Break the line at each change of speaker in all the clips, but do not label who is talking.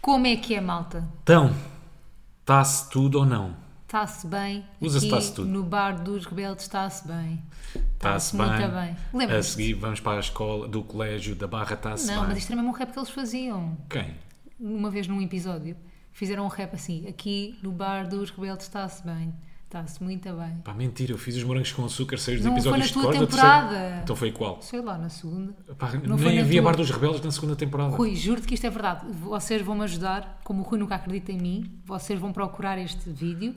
Como é que é, malta?
Então, está-se tudo ou não?
Está-se bem?
Usa-se
Aqui
está-se tudo.
No bar dos rebeldes está-se bem.
Está-se bem.
muito bem.
A
Lembras-te?
seguir vamos para a escola do colégio da Barra, está-se
Não,
bem.
mas isto era mesmo um rap que eles faziam.
Quem?
Uma vez num episódio, fizeram um rap assim. Aqui no bar dos rebeldes está-se bem. Está-se muito bem.
Pá, mentira, eu fiz os morangos com açúcar, sei os
Não, foi
episódios
na tua
de cor da
temporada.
terceira. Então foi qual?
Sei lá, na segunda.
Pá,
Não foi
nem
na
havia
tua.
Bar dos Rebeldes na segunda temporada.
Rui, juro-te que isto é verdade. Vocês vão me ajudar. Como o Rui nunca acredita em mim, vocês vão procurar este vídeo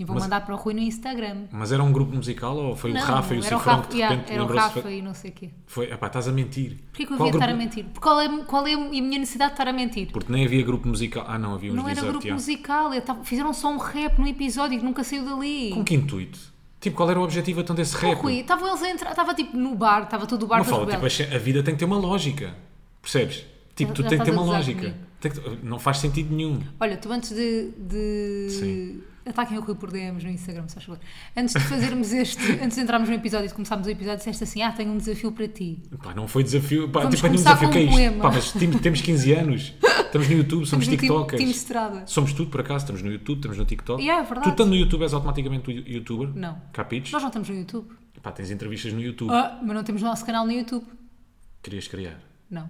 e vão
Mas-
mandar para o Rui no Instagram.
Mas era um grupo musical ou foi o Rafa e o
era o
Cifrão que
Rafa,
de
yeah,
repente
era o
lembrou-se?
Rafa
Foi,
e não sei o quê.
foi, epá, estás a mentir.
Porquê que eu
Qual
havia de estar a
grupo-
mentir? Porque Qual é, qual é a minha necessidade de estar a mentir?
Porque nem havia grupo musical. Ah, não, havia uns
não era
desertos,
grupo
yeah.
musical, eu tava- fizeram só um rap num episódio que nunca saiu dali.
Com que intuito? Tipo, qual era o objetivo então desse rap?
Oh, Rui, estavam eles a entrar, estava tipo no bar, estava todo o bar
Não
dos
fala, tipo,
rebeldes.
a vida tem que ter uma lógica. Percebes? Tipo,
Já-
tu
já
tem que
estás
ter uma
a gozar
lógica.
comigo.
Tem que- não faz sentido nenhum.
Olha, tu antes de. de-
Sim.
Ataquem o Rui por DMs no Instagram, se faz favor. Antes de fazermos este, antes de entrarmos no episódio e de começarmos o episódio, disseste assim: Ah, tenho um desafio para ti.
Pá, não foi desafio. Pá,
Vamos
tipo, é nenhum
começar
desafio
com
que é
um
isto.
poema.
Pá, mas tim- temos 15 anos. Estamos no YouTube, somos
Estamos no time-
TikTokers.
time Estrada.
Somos tudo, por acaso. Estamos no YouTube, estamos no TikTok.
Yeah, é verdade.
Tu estando no YouTube és automaticamente you- YouTuber?
Não.
Capites?
Nós não estamos no YouTube.
Pá, tens entrevistas no YouTube.
Ah, mas não temos o nosso canal no YouTube.
Querias criar.
Não.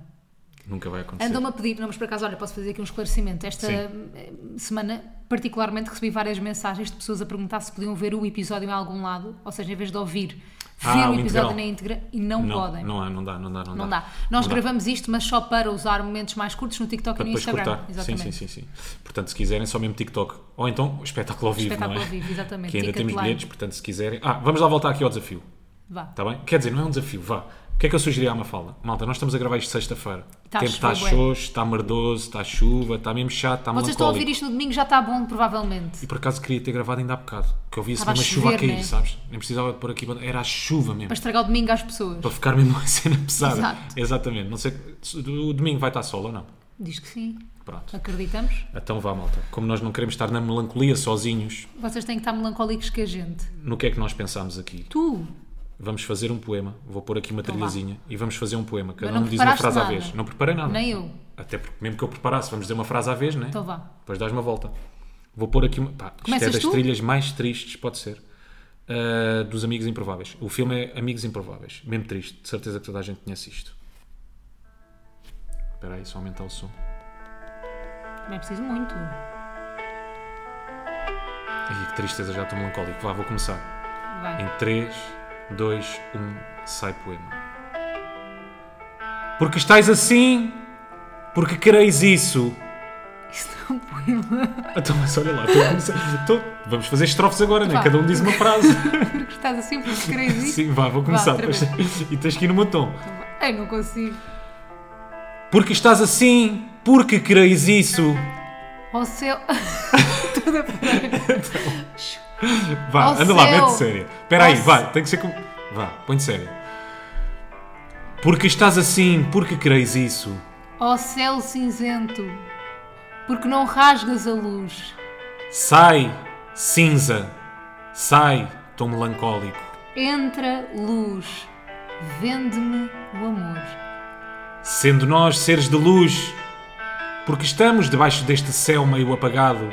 Nunca vai acontecer.
Andam-me a pedir, não, mas por acaso, olha, posso fazer aqui um esclarecimento. Esta
Sim.
eh, semana, particularmente, recebi várias mensagens de pessoas a perguntar se podiam ver o episódio em algum lado, ou seja, em vez de ouvir,
Ah,
ver
o
o episódio
integral.
na íntegra e não,
não,
podem. Não,
Não, há, não dá, não dá, não,
dá. Nós
Não dá.
gravamos isto, mas só para usar momentos mais curtos no TikTok
Para
e no
depois
Instagram.
cortar. Sim, sim, sim, sim. Portanto, se quiserem, só mesmo TikTok. Ou então, espetáculo ao vivo,
Espetáculo
não é?
ao vivo, exatamente.
Que ainda
Ticket
temos
line.
bilhetes, portanto, se quiserem. Ah, vamos lá voltar aqui ao desafio.
Vá.
Está bem? Quer dizer, não é um desafio, vá. O que é que eu sugeri à Mafalda? Malta, nós estamos a gravar isto sexta-feira. O
Tá
tempo está
chuva, é.
xoxo, está merdoso, está chuva, está mesmo chato, está
Vocês estão a
melancólico.
ouvir isto no domingo, já está bom, provavelmente.
E por acaso queria ter gravado ainda há bocado, que eu vi-se
Estava
mesmo a
a
chuva a
chover,
cair,
né?
sabes? Nem precisava de pôr aqui, banda- era a chuva mesmo.
Para estragar o domingo às pessoas.
Para ficar mesmo uma cena pesada.
Exato.
Exatamente. Não sei, se o domingo vai estar sol ou não?
Diz que sim.
Pronto.
Acreditamos?
Então vá, malta. Como nós não queremos estar na melancolia sozinhos,
Vocês têm que estar melancólicos que a gente.
no que é que nós pensámos aqui?
Tu,
Vamos fazer um poema, vou pôr aqui uma
Então vá.
trilhazinha e vamos fazer um poema.
Mas
Cada um
não
me diz uma
preparaste
frase à
nada.
vez. Não preparei nada.
nem eu.
Até porque mesmo que eu preparasse, vamos dizer uma frase à vez, né?
Então vá.
Depois dás uma volta. Vou pôr aqui uma. Pá, isto é
Começas
das
tu?
trilhas mais tristes, pode ser. ah, dos Amigos Improváveis. O filme é Amigos Improváveis. Mesmo triste. De certeza que toda a gente conhece isto. Espera aí, só aumentar o som.
Não é preciso muito.
Ai, que tristeza, já estou melancólico. Vá, vou começar.
Vai.
Em 3, 2, 1, sai poema. Porque estáis assim, porque quereis isso.
Isso não é um poema.
Então, mas olha lá, estou a começar. estou- Vamos fazer estrofes agora, né?
Vá.
Cada um diz uma frase.
Porque estás assim porque queres isto.
Sim, vá, vou começar.
outra
Depois- e tens que ir no meu tom.
Ai, não consigo.
Porque estás assim, porque quereis isso.
Ao céu. Toda
Vá,
Ao
anda lá,
céu.
mete séria. Espera aí,
Ao
vá,
céu.
tem que ser como. Vá, põe séria. Porque estás assim, porque quereis isso.
Ó céu cinzento. Porque não rasgas a luz.
Sai, cinza. Sai, tão melancólico.
Entra luz. Vende-me o amor.
Sendo nós seres de luz, porque estamos debaixo deste céu meio apagado,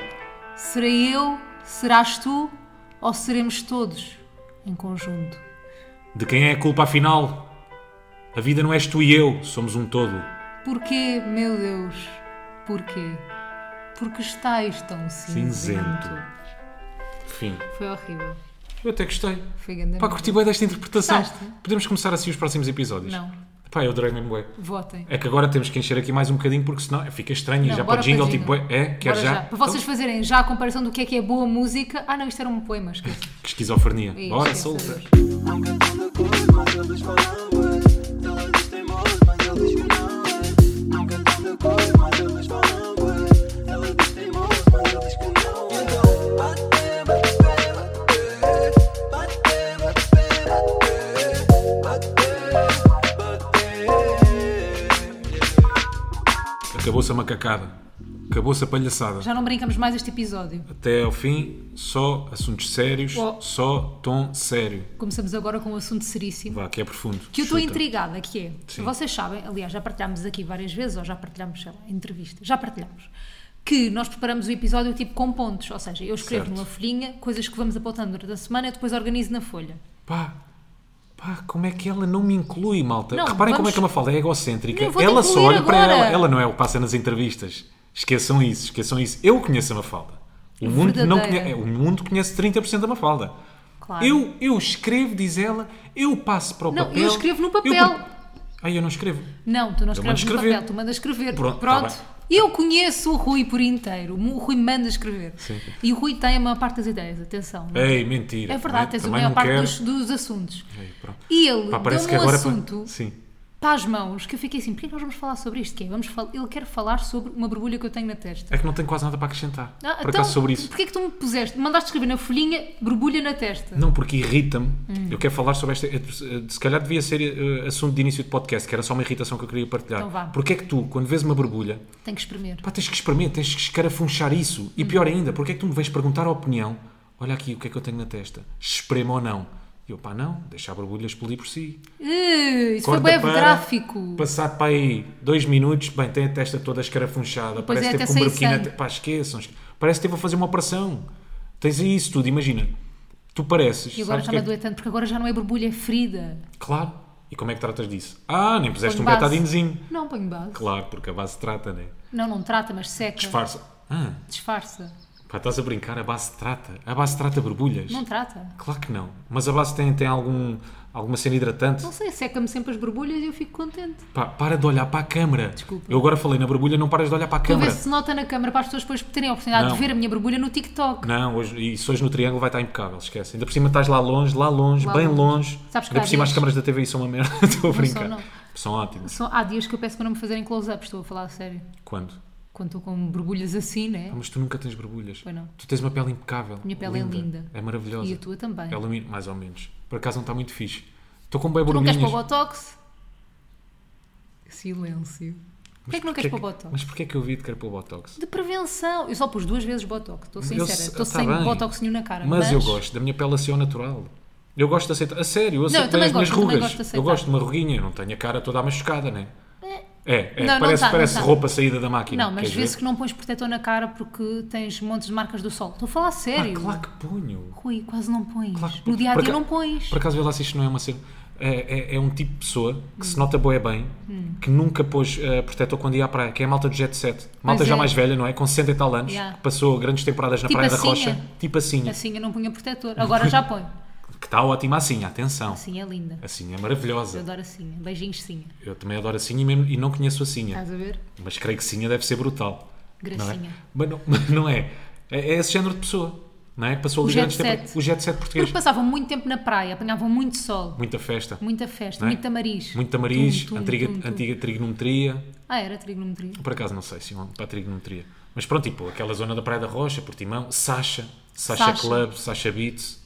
Serei eu? Serás tu? Ou seremos todos em conjunto?
de quem é a culpa afinal? A vida não és tu e eu, somos um todo.
Porquê, meu Deus? Porquê? Porque estáis tão cinzento.
Cinzento. Fim.
Foi horrível.
Eu até gostei.
Foi grande.
Pá, curti bem desta interpretação.
Gostaste?
Podemos começar assim os próximos episódios?
Não.
Pá, eu adorei mesmo bué.
Votem.
É que agora temos que encher aqui mais um bocadinho, porque senão fica estranho. e
Não,
já para
bora
o jingle,
para
tipo,
jingle.
bué, é, quer
Bora
já?
Para vocês fazerem já a comparação do que é que é boa música. Ah, não, isto era um poema, esqueci. é
Então, que esquizofrenia.
Ih,
Bora,
esquece,
solta.
adeus.
Nunca tô na cor, mas eles falam ué. Ela diz teimoso, mas ele diz que não é. Nunca tô na cor, mas eles falam ué. Ela diz teimoso, mas ele diz que não é. Então, bate, bate, bate, bate, bate, bate, bate.
Acabou-se a macacada. Acabou-se a palhaçada.
Já não brincamos mais este episódio.
Até ao fim, só assuntos sérios,
Oh.
só tom sério.
Começamos agora com um assunto seríssimo.
Vá, que é profundo.
Que eu estou
Chuta.
intrigada, que é,
Sim.
vocês sabem, aliás, já partilhámos aqui várias vezes, ou já partilhámos, sei lá, entrevistas, já partilhámos, que nós preparamos o episódio tipo com pontos, ou seja, eu escrevo
Certo.
numa folhinha coisas que vamos apontando durante a semana e depois organizo na folha.
Pá, pá, como é que ela não me inclui, malta?
Não,
Reparem como é
vamos-
que a Mafalda é egocêntrica.
Não, vou-te
Ela só
incluir
olha para
agora.
ela. Ela não é o que passa nas entrevistas. Esqueçam isso, esqueçam isso. Eu conheço a Mafalda. O mundo, não
É Verdadeira.
conhece, o mundo conhece 30% da Mafalda.
Claro.
Eu, eu escrevo, diz ela, eu passo para o
Não,
papel.
eu escrevo no
eu pre-
papel.
Ah, eu não escrevo.
Não, tu não
mando
escreves no
escrever.
papel, tu mandas escrever.
Pronto,
Pronto.
tá bem.
Eu conheço o Rui por inteiro. O Rui manda escrever. E o Rui tem a maior parte das ideias, atenção. não é?
Ei, mentira.
é verdade, tens a
Também
maior
não
parte
quero.
dos, dos assuntos.
Ei, pronto.
E ele
Pá, parece que
deu-me um
agora. é
assunto
Sim.
para as mãos que eu fiquei assim: porquê é que nós vamos falar sobre isto? Que é, vamos fal- Ele quer falar sobre uma borbulha que eu tenho na testa.
É que não tenho quase nada para acrescentar.
Ah,
por acaso sobre isso.
Porquê é que tu me puseste? Mandaste escrever na folhinha borbulha na testa.
Não, porque irrita-me.
Hum.
Eu quero falar sobre esta. eh, Se calhar devia ser eh, assunto de início de podcast, que era só uma irritação que eu queria partilhar.
Então vá.
Porquê é que tu, quando vês uma borbulha,
Tenho que espremer.
pá, tens que experimentar, tens que escarafunchar isso.
Hum.
E pior ainda, porquê é que tu me vens perguntar a opinião? Olha aqui o que é que eu tenho na testa. Esprema ou não? E eu, pá, não, deixa a borbulha explodir por si.
Uh, isso foi
Corta
bem
para-
gráfico.
Passado para aí dois minutos, bem, tem a testa toda escarafunchada,
Pois
parece
é,
ter
até
com um
sai
buraquinho na
sangue.
te- Pá, esqueçam, esque- parece que teve a fazer uma operação. Tens aí isso tudo, imagina. Tu pareces.
E agora
sabes
já
que
me
é que-
doer tanto, porque agora já não é borbulha, é ferida.
Claro. E como é que tratas disso? Ah, nem puseste
Ponho
um
base. É.
gatadinhozinho.
Não ponho base.
Claro, porque a base trata, né?
Não, não trata, mas seca.
Disfarça. Ah,
Disfarça.
pá, estás a brincar, a base trata. A base trata borbulhas.
Não trata.
Claro que não. Mas a base tem, tem algum, alguma cena hidratante.
Não sei, seca-me sempre as borbulhas e eu fico contente.
Pá, para de olhar para a câmara.
Desculpa.
Eu agora falei na borbulha, não paras de olhar para a
Para ver
câmara.
se se nota na câmara para as pessoas depois terem a oportunidade
Não.
de ver a minha borbulha no TikTok.
Não, hoje, isso hoje no Triângulo vai estar impecável, esquece. Ainda por cima estás lá longe, lá longe,
Lá
bem longe.
longe. Sabes que
Ainda
há
por cima
dias-
as câmaras da TV são uma merda. Estou a
Não
brincar.
são, não.
São ótimas.
Só há dias que eu peço para não me fazerem close-ups, estou a falar a sério.
Quando?
Quando estou com borbulhas assim, né?
Ah, mas tu nunca tens borbulhas.
Pois não.
Tu tens uma pele impecável.
Minha pele é linda.
É maravilhosa.
E a tua também.
Ela, me- mais ou menos. Por acaso não está muito fixe. Estou com bem
Tu não queres
borbulhinhas.
para o Botox? Silêncio. Porquê é que não queres para o Botox?
Mas porquê é que eu vi de querer para o Botox?
De prevenção. Eu só pus duas vezes Botox, estou
Eu
sincera.
se-
Estou
tá
sem
bem.
Botox nenhum na cara.
Mas, eu gosto da minha pele assim ao natural. Eu gosto de aceitar. A sério, eu
eu
aceito bem
também
as minhas
gosto, também
rugas.
gosto de aceitar.
eu gosto de uma ruguinha. Eu não tenho a cara toda machucada, né? É, é.
Não, não
parece
tá, não
parece
tá.
roupa saída da máquina.
Não, mas
Queres
vê-se
ver?
que não pões protetor na cara porque tens montes de marcas do sol. Estou a falar a
Ah,
é sério.
claro que ponho.
Rui, quase não pões.
Claro que-
no dia a
por
dia
aca-
não pões.
Por acaso, vê lá se isto não é uma cena. É, é- é um tipo de pessoa que
Hum.
se nota boa bem, que nunca pôs eh, protetor quando ia à praia, que é a malta do Jet Set. Malta
Pois
já
é.
mais velha, não é? Com 60 e tal anos,
Yeah.
que passou grandes temporadas na
Tipo
Praia da
assim,
Rocha, tipo assim,
Assim eu não punha protetor. Agora já põe.
que está ótima assim, atenção. Assim,
Assim é linda.
é
Eu
maravilhosa.
adoro assim. Beijinhos, sim.
Eu também adoro assim e, mesmo- e não conheço a Sinha,
Estás a ver?
mas creio que Sinha deve ser brutal. Não é?
Gracinha.
Mas não, mas não é. é. é esse género de pessoa, não é? Que Passou ali
O Jet
grandes
Set.
temporadas. O Jet Set português.
Porque passavam muito tempo na praia, apanhavam muito sol,
Muita festa,
muita festa,
Não é?
muito tamariz.
muito tamariz,
Tum, tum,
antiga,
tum, tum.
antiga trigonometria.
Ah, era trigonometria.
Por acaso não sei se uma para a trigonometria. Mas pronto, tipo, aquela zona da Praia da Rocha, Portimão, Sasha, Sasha,
Sasha.
Club, Sasha Beats.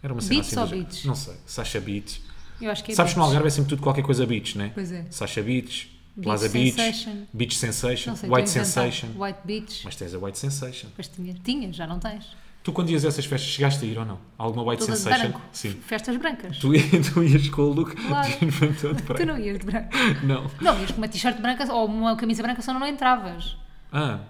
Era uma cena
Beats
assim.
ou
do género.
Beats?
Não sei. Sasha Beats.
Eu acho que é
Sabes que no
desses.
Algarve é sempre tudo qualquer coisa Beats, né?
Pois é.
Sasha
Beach
Beats, Plaza Beats,
Sensation.
Beach Sensation,
Não sei,
White
estou a inventar.
Sensation.
White Beach.
Mas tens a White Sensation.
Mas tinha, tinha, já não tens.
Tu quando ias a essas festas chegaste a ir ou não? Alguma White
Todas de
Sensation?
branco.
Sim.
Festas brancas.
Tu, tu ias com o look
Claro.
de inventor de
Tu
praia.
não ias de branco.
Não.
Não, ias com uma t-shirt branca ou uma camisa branca, só não entravas.
Ah,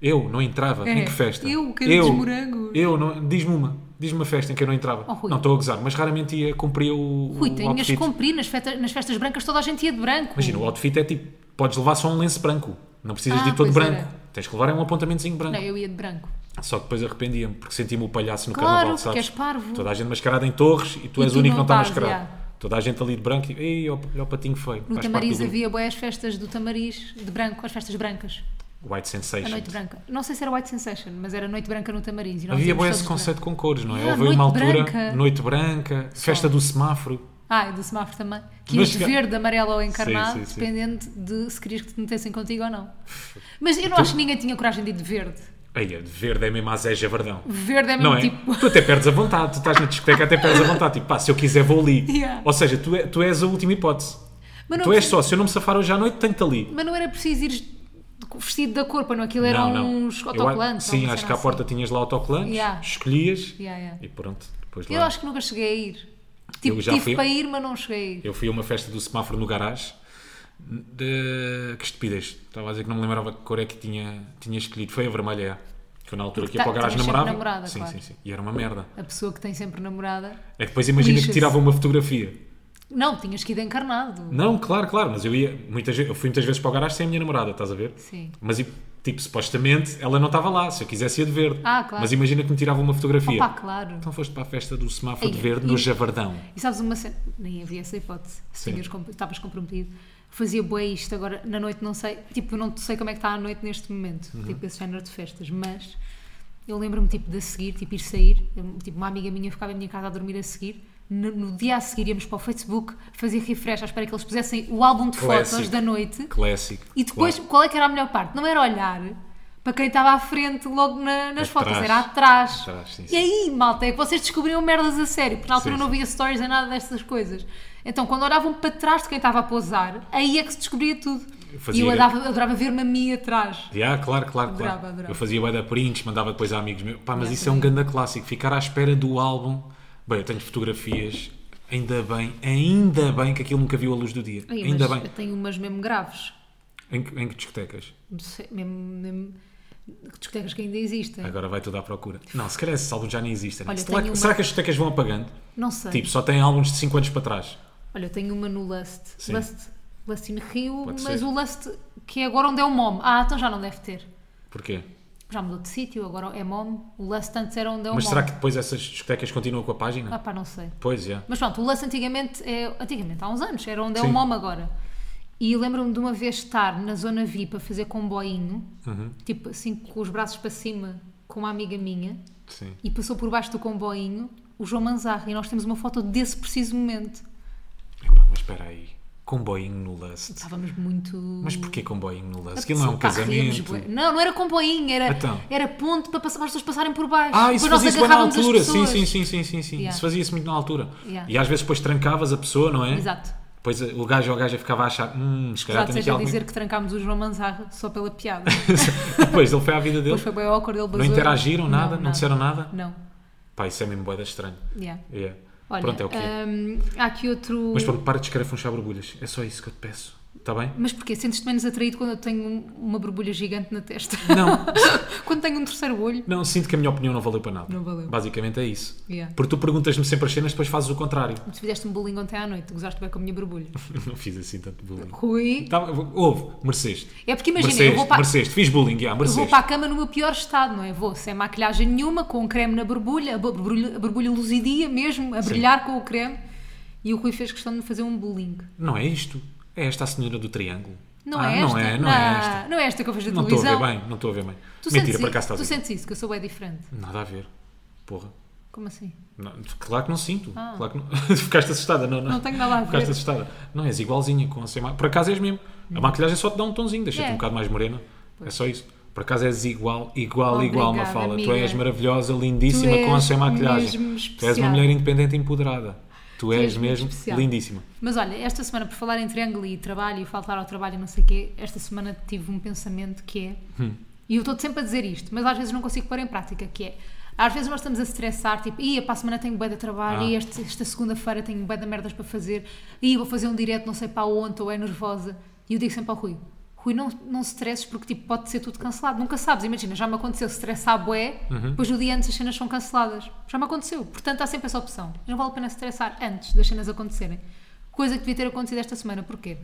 eu não entrava?
É,
Em que festa?
eu, quero dos morangos.
Eu, não- diz-me uma. Diz-me uma festa em que eu não entrava.
Oh, Rui.
não, estou a gozar, mas raramente ia cumprir o,
Rui,
o
tinhas
Um outfit.
que cumprir nas, feta- nas festas brancas, toda a gente ia de branco.
Imagina, o outfit é tipo, podes levar só um lenço branco. Não precisas
Ah,
de ir todo
pois
branco.
era.
Tens que levar é um apontamentozinho branco.
Não, eu ia de branco.
Só que depois arrependia-me, porque senti-me o palhaço no
Claro,
carnaval,
porque
sabes?
és parvo.
Toda a gente mascarada em torres e tu
E
és o
tu
único que não
não
está
estás,
mascarado.
já.
Toda a gente ali de branco e ei, ó, olha o patinho feio.
No
faz parte do
Tamariz
grupo."
havia boas festas do Tamariz, de branco, as festas brancas.
White Sensation.
A Noite Branca. Não sei se era White Sensation, mas era Noite Branca no Tamariz. e nós
Havia
íamos
bem
todos
esse
de
conceito com cores, não é?
Yeah,
Houve uma
noite
altura,
branca.
noite branca, festa do semáforo.
branco. Ah, e do semáforo também. Que ias
Mas
de
que-
verde, amarelo ou encarnado,
Sim, sim, sim.
dependente de se querias que te metessem contigo ou não. Mas eu não acho que ninguém tinha coragem de ir de verde.
Aí, de verde é mesmo a Zé Javardão.
Verde é mesmo
Não é?
tipo.
Tu até perdes a vontade, tu estás na discoteca até perdes a vontade. Tipo, pá, se eu quiser vou ali.
Yeah.
Ou seja, tu, é- tu és a última hipótese.
Mas não,
tu és só, se eu não me safar hoje à noite, tenho-te ali.
mas não era preciso ir vestido da cor, para não aquilo eram
não, não.
uns
Eu a-
autocolantes. ou
Sim,
uma
acho que
cena assim.
à porta tinhas lá autocolantes,
Yeah.
escolhias
assim. Yeah, yeah.
e pronto. Depois
Eu
lá.
acho que nunca cheguei a ir. Tipo,
já
tive
fui-
para ir, mas não cheguei a ir.
Eu fui a uma festa do semáforo no garage De... Que estupidez. Estava a dizer que não me lembrava que cor é que tinha, tinha escolhido. Foi a vermelha, é. Que eu na altura que ia
Tá-
para o garagem
tinhas sempre
namorava.
namorada,
sim,
claro.
sim, sim. E era uma merda.
A pessoa que tem sempre namorada.
É que depois imagina que
Lixa-se.
tirava uma fotografia.
Não, tinhas que ir de encarnado.
Não, claro, claro, mas eu ia muitas, ve- eu fui muitas vezes para o garagem sem a minha namorada, estás a ver?
Sim.
Mas e- tipo, supostamente ela não estava lá, se eu quisesse ia de verde.
Ah, claro.
Mas imagina que me tirava uma fotografia.
Opa, claro.
Então foste para a festa do semáforo
Ei,
de verde
e-
no Javardão.
E sabes uma cena? Nem havia essa hipótese. Se
Sim.
tinhas comp- estavas comprometido. Fazia bué isto agora, na noite não sei. Tipo, eu não sei como é que está a noite neste momento.
Uhum.
Tipo, esse género de festas. Mas eu lembro-me, tipo, de a seguir, tipo, ir sair. Eu, tipo, uma amiga minha ficava em minha casa a dormir a seguir. No, no dia a seguir íamos para o Facebook fazer refresh à espera que eles pusessem o álbum de fotos
Clássico.
da noite.
Clássico.
E depois,
claro.
qual é que era a melhor parte? Não era olhar para quem estava à frente logo na- nas
Atrás.
fotos, era atrás.
Atrás, sim,
e aí, malta, é que vocês descobriam merdas a sério, porque na altura
Sim,
não
sim.
havia stories nem nada destas coisas. Então, quando olhavam para trás de quem estava a pousar, aí é que se descobria tudo.
Eu fazia-
E eu adava- adorava ver-me a mim atrás.
Yeah, claro, claro, claro.
Adorava, adorava.
Eu fazia bué da prints, mandava depois a amigos meus. Pá, mas
Yeah,
isso é um ganda clássico. Ficar à espera do álbum. Bem, eu tenho fotografias. Ainda bem, ainda bem que aquilo nunca viu a luz do dia.
Ai,
ainda
mas
bem.
Eu tenho umas mesmo graves.
Em, que- em que discotecas?
Não sei, mesmo, mesmo discotecas que ainda existem.
Agora vai tudo à procura. Não, se calhar esses álbuns já nem existem. né?
É. Olha,
será,
tenho
que,
uma-
será que as discotecas vão apagando?
Não sei.
Tipo, só têm álbuns de 5 anos para trás.
Olha, eu tenho uma no Lust.
Sim.
Lust, Lust in Rio,
Pode
mas
ser.
o Lust que é agora onde é o MOM. Ah, então já não deve ter.
Porquê?
já mudou de sítio, agora é MOM. O Lust antes era onde é o
Mas
MOM.
será que depois essas discotecas continuam com a página?
Ah pá, não sei.
Pois é.
Mas pronto, o Lust antigamente, é, antigamente, há uns anos, era onde é
Sim.
o MOM agora. E lembro-me de uma vez estar na zona VIP a fazer comboinho,
Uhum.
tipo assim, com os braços para cima, com uma amiga minha,
Sim.
e passou por baixo do comboinho o João Manzarra. E nós temos uma foto desse preciso momento.
Epá, mas espera aí. Comboinho no Lust.
Estávamos muito...
Mas porquê comboinho no Lust? Aquilo não é um
Pá, ríamos,
casamento.
bué. Não, não era comboinho, era,
Então.
era ponte para, passar, para as pessoas passarem por baixo.
Ah,
Depois
isso
nós
fazia-se bem na
agarrávamos as
altura. Sim,
pessoas.
sim, sim, sim, sim, sim.
Yeah.
Isso fazia-se muito na altura.
Yeah.
E às vezes depois trancavas a pessoa, não é?
Exato.
Depois o gajo ou a gaja ficava a achar, hum, se calhar
Exato,
tem aqui
seja
alguém.
dizer que trancámos o João Manzarra só pela piada.
Depois ele foi à vida dele.
Depois foi bem awkward, ele
Não
basou.
interagiram nada, não, disseram nada.
Não.
Pá, isso é mesmo boeda estranho.
Yeah.
Yeah.
Olha,
pronto, é o que é.
hum, há aqui outro.
Mas pronto, para de escarafunchar borbulhas. É só isso que eu te peço. Está bem?
Mas porquê? Sentes-te menos atraído quando eu tenho um- uma borbulha gigante na testa?
Não.
quando tenho um terceiro olho?
Não, sinto que a minha opinião não valeu para nada.
Não valeu.
Basicamente é isso.
Yeah.
Porque tu perguntas-me sempre as cenas, depois fazes o contrário.
Tu fizeste um bullying ontem à noite, gozaste bem com a minha borbulha.
não fiz assim tanto bullying.
Rui.
Tá, houve, mereceste.
É porque imagina,
Mereceste,
eu vou para.
mereceste. Fiz bullying, yeah,
Eu
mereceste.
vou para a cama no meu pior estado, não é? Vou sem maquilhagem nenhuma, com um creme na borbulha, a borbulha, a borbulha luzidia mesmo, a brilhar com o creme. E o Rui fez questão de me fazer um bullying.
Não é isto. É esta a senhora do triângulo.
Não
Ah,
é esta?
Não é, não, é esta.
Não é esta que eu vejo na
Não estou a ver
televisão.
bem, não estou a ver bem.
Tu
Mentira,
sentes,
por acaso
isso?
estás a
Tu
ver.
sentes isso, que eu sou bem diferente.
Nada a ver. Porra.
Como assim?
Não, claro que não sinto. Claro que não. Ficaste assustada, não, não.
Ah. Não tenho nada a ver.
Ficaste assustada. Não, és igualzinha com a sem ma- Por acaso és mesmo. A maquilhagem só te dá um tonzinho, deixa-te
Hum. É.
um bocado mais morena. É só isso. Por acaso és igual, igual,
Obrigada,
igual, Mafalda. Tu és
amiga.
maravilhosa, lindíssima
Tu
com a
és
sem
mesmo
maquilhagem. tu és uma
especial.
mulher independente e empoderada. Tu, és,
és muito
mesmo
especial.
lindíssima.
Mas olha, esta semana, por falar em triângulo e trabalho e faltar ao trabalho e não sei o quê, esta semana tive um pensamento que é.
Hum.
E eu estou sempre a dizer isto, mas às vezes não consigo pôr em prática, que é. Às vezes nós estamos a stressar, tipo, ia para a semana tenho bué de trabalho,
Ah.
e este- esta segunda-feira tenho bué de merdas para fazer, e vou fazer um direto não sei para onde, ou é nervosa. E eu digo sempre ao Rui, Rui, não, não se stresses porque tipo, pode ser tudo cancelado, nunca sabes. Imagina, já me aconteceu stressar bué, depois no dia antes as cenas são canceladas. Já me aconteceu, portanto há sempre essa opção. Não vale a pena stressar antes das cenas acontecerem. Coisa que devia ter acontecido esta semana, porquê?